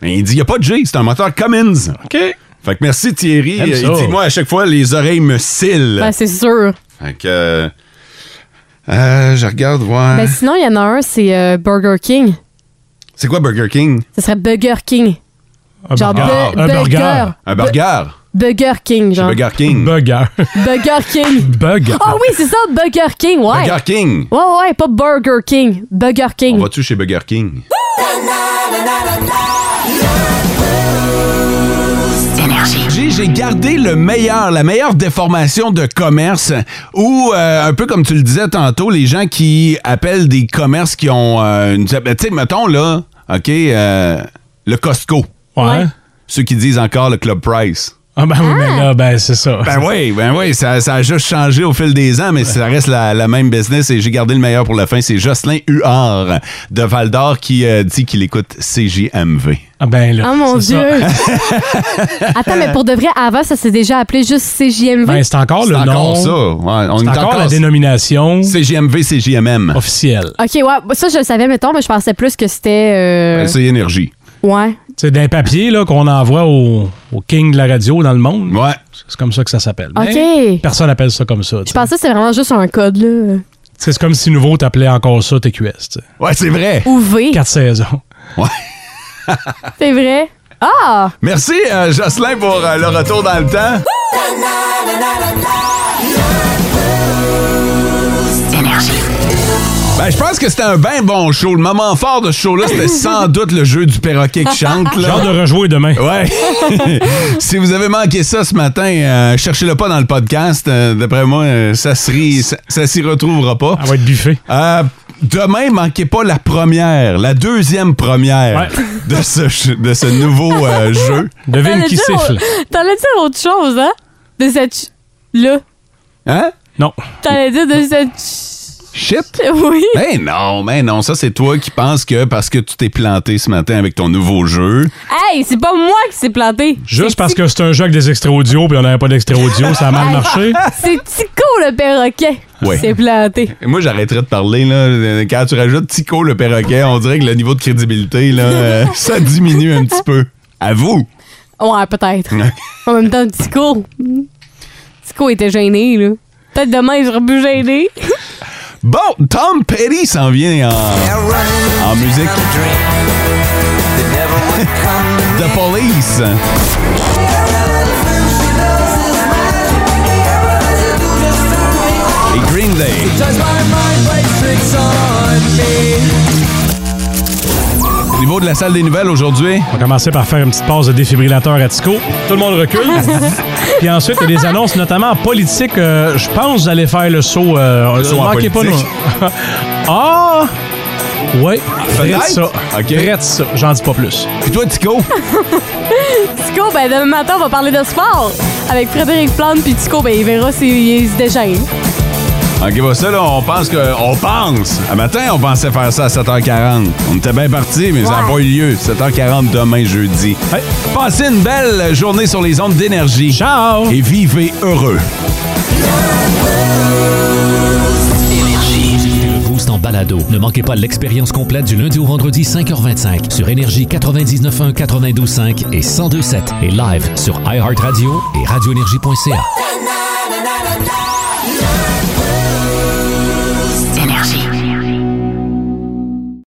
Mais il dit, il n'y a pas de G, c'est un moteur Cummins.
OK.
Fait que merci Thierry.
Aime
Euh,
ça.
Il dit, moi, à chaque fois, les oreilles me cillent.
Ben, c'est sûr.
Fait que. euh, euh, je regarde voir.
Hein?
Ben, sinon, il y en a un, c'est euh, Burger King.
C'est quoi Burger King?
Ce serait Burger King.
Un
Genre
burger.
bu-
Un burger.
burger.
Un burger.
Burger King, genre.
Burger King.
Burger.
Burger King.
Bug.
Ah oui, c'est ça, Burger King, ouais.
Burger King.
Ouais, ouais, pas Burger King. Burger
On
King.
va-tu chez Burger King? J'ai j'ai gardé le meilleur, la meilleure déformation de commerce où, euh, un peu comme tu le disais tantôt, les gens qui appellent des commerces qui ont euh, une... Tu sais, mettons là, OK, euh, le Costco.
Ouais.
Ceux qui disent encore le Club Price.
Ah, ben oui, mais là, ben c'est ça.
Ben oui, ben oui, ça, ça a juste changé au fil des ans, mais ça reste la, la même business et j'ai gardé le meilleur pour la fin. C'est Jocelyn Huard de Val d'Or qui euh, dit qu'il écoute CJMV.
Ah ben
Ah, mon Dieu! Attends, mais pour de vrai, avant, ça s'est déjà appelé juste CJMV.
Ben, c'est encore le
C'est
nom.
encore ça. Ouais, on
C'est
est
encore
encore-
la dénomination.
CJMV, CJMM.
Officielle.
OK, ouais, ça, je le savais, mettons, mais je pensais plus que c'était... euh,
C'est énergie.
ouais.
Ben, C'est d'un papier là, qu'on envoie au, au king de la radio dans le monde.
Ouais.
C'est comme ça que ça s'appelle.
OK.
Mais Personne n'appelle ça comme ça. tu
Je pensais que c'était vraiment juste un code, là.
sais. C'est comme si nouveau t'appelais encore ça TQS. tu sais.
Ouais, c'est vrai.
Ou V.
Quatre saisons.
C'est vrai? Ah!
Merci, euh, Jocelyn, pour euh, le retour dans le temps. Ben, je pense que c'était un bien bon show. Le moment fort de ce show-là, c'était sans doute le jeu du perroquet qui chante.
J'ai
là.
hâte de rejouer demain.
Ouais. si vous avez manqué ça ce matin, euh, cherchez-le pas dans le podcast. Euh, D'après moi, euh, ça s'y ça, ça s'y retrouvera pas. Euh,
Elle va être buffée.
demain, manquez pas la première, la deuxième première de, ce, ch- de ce nouveau euh, jeu.
Devine
T'allais dire au- T'allais dire autre chose, hein? De cette... ch- Là.
Hein?
Non.
T'allais dire de cette... ch-
Shit?
Oui.
Ben non, ben non, ça c'est toi qui penses que parce que tu t'es planté ce matin avec ton nouveau jeu.
Hey, c'est pas moi qui s'est planté.
Juste parce que c'est un jeu avec des extraits audio, puis on n'avait pas d'extraits audio, ça a mal marché.
C'est Tico le perroquet
Ouais.
qui s'est planté.
Et Moi, j'arrêterais de parler, là. Euh, Quand tu rajoutes Tico le perroquet, on dirait que le niveau de crédibilité, là, euh, ça diminue un petit peu. À vous!
Ouais, peut-être. En même temps, Tico. Tico était gêné, là. Peut-être demain, il sera plus gêné.
Bon, Tom Petty s'en vient en, en musique. The Police. Et Green Day. Au niveau de la salle des nouvelles aujourd'hui.
On va commencer par faire une petite pause de défibrillateur à Tico. Tout le monde recule. Puis ensuite, il y a des annonces, notamment en politique. Euh, je pense que vous allez faire le saut. Euh,
Le saut en
manquez pas
politique.
nous. ah! Oui,
Fenêtre?
prête ça.
OK.
Prête ça. J'en dis pas plus.
Et toi, Tico?
Tico, ben demain matin, on va parler de sport. Avec Frédéric Plante, puis Tico, ben il verra s'il se dégêne.
OK, bah ça, là, on pense que. On pense! À matin, on pensait faire ça à 7h40. On était bien parti, mais ça n'a pas eu lieu. 7h40 demain, jeudi. Passez une belle journée sur les ondes d'énergie.
Ciao!
Et vivez heureux.
Le boost en balado. Ne manquez pas l'expérience complète du lundi au vendredi 5h25 sur Énergie 99.1, 92.5 et 102.7 et live sur iHeartRadio et radioénergie.ca.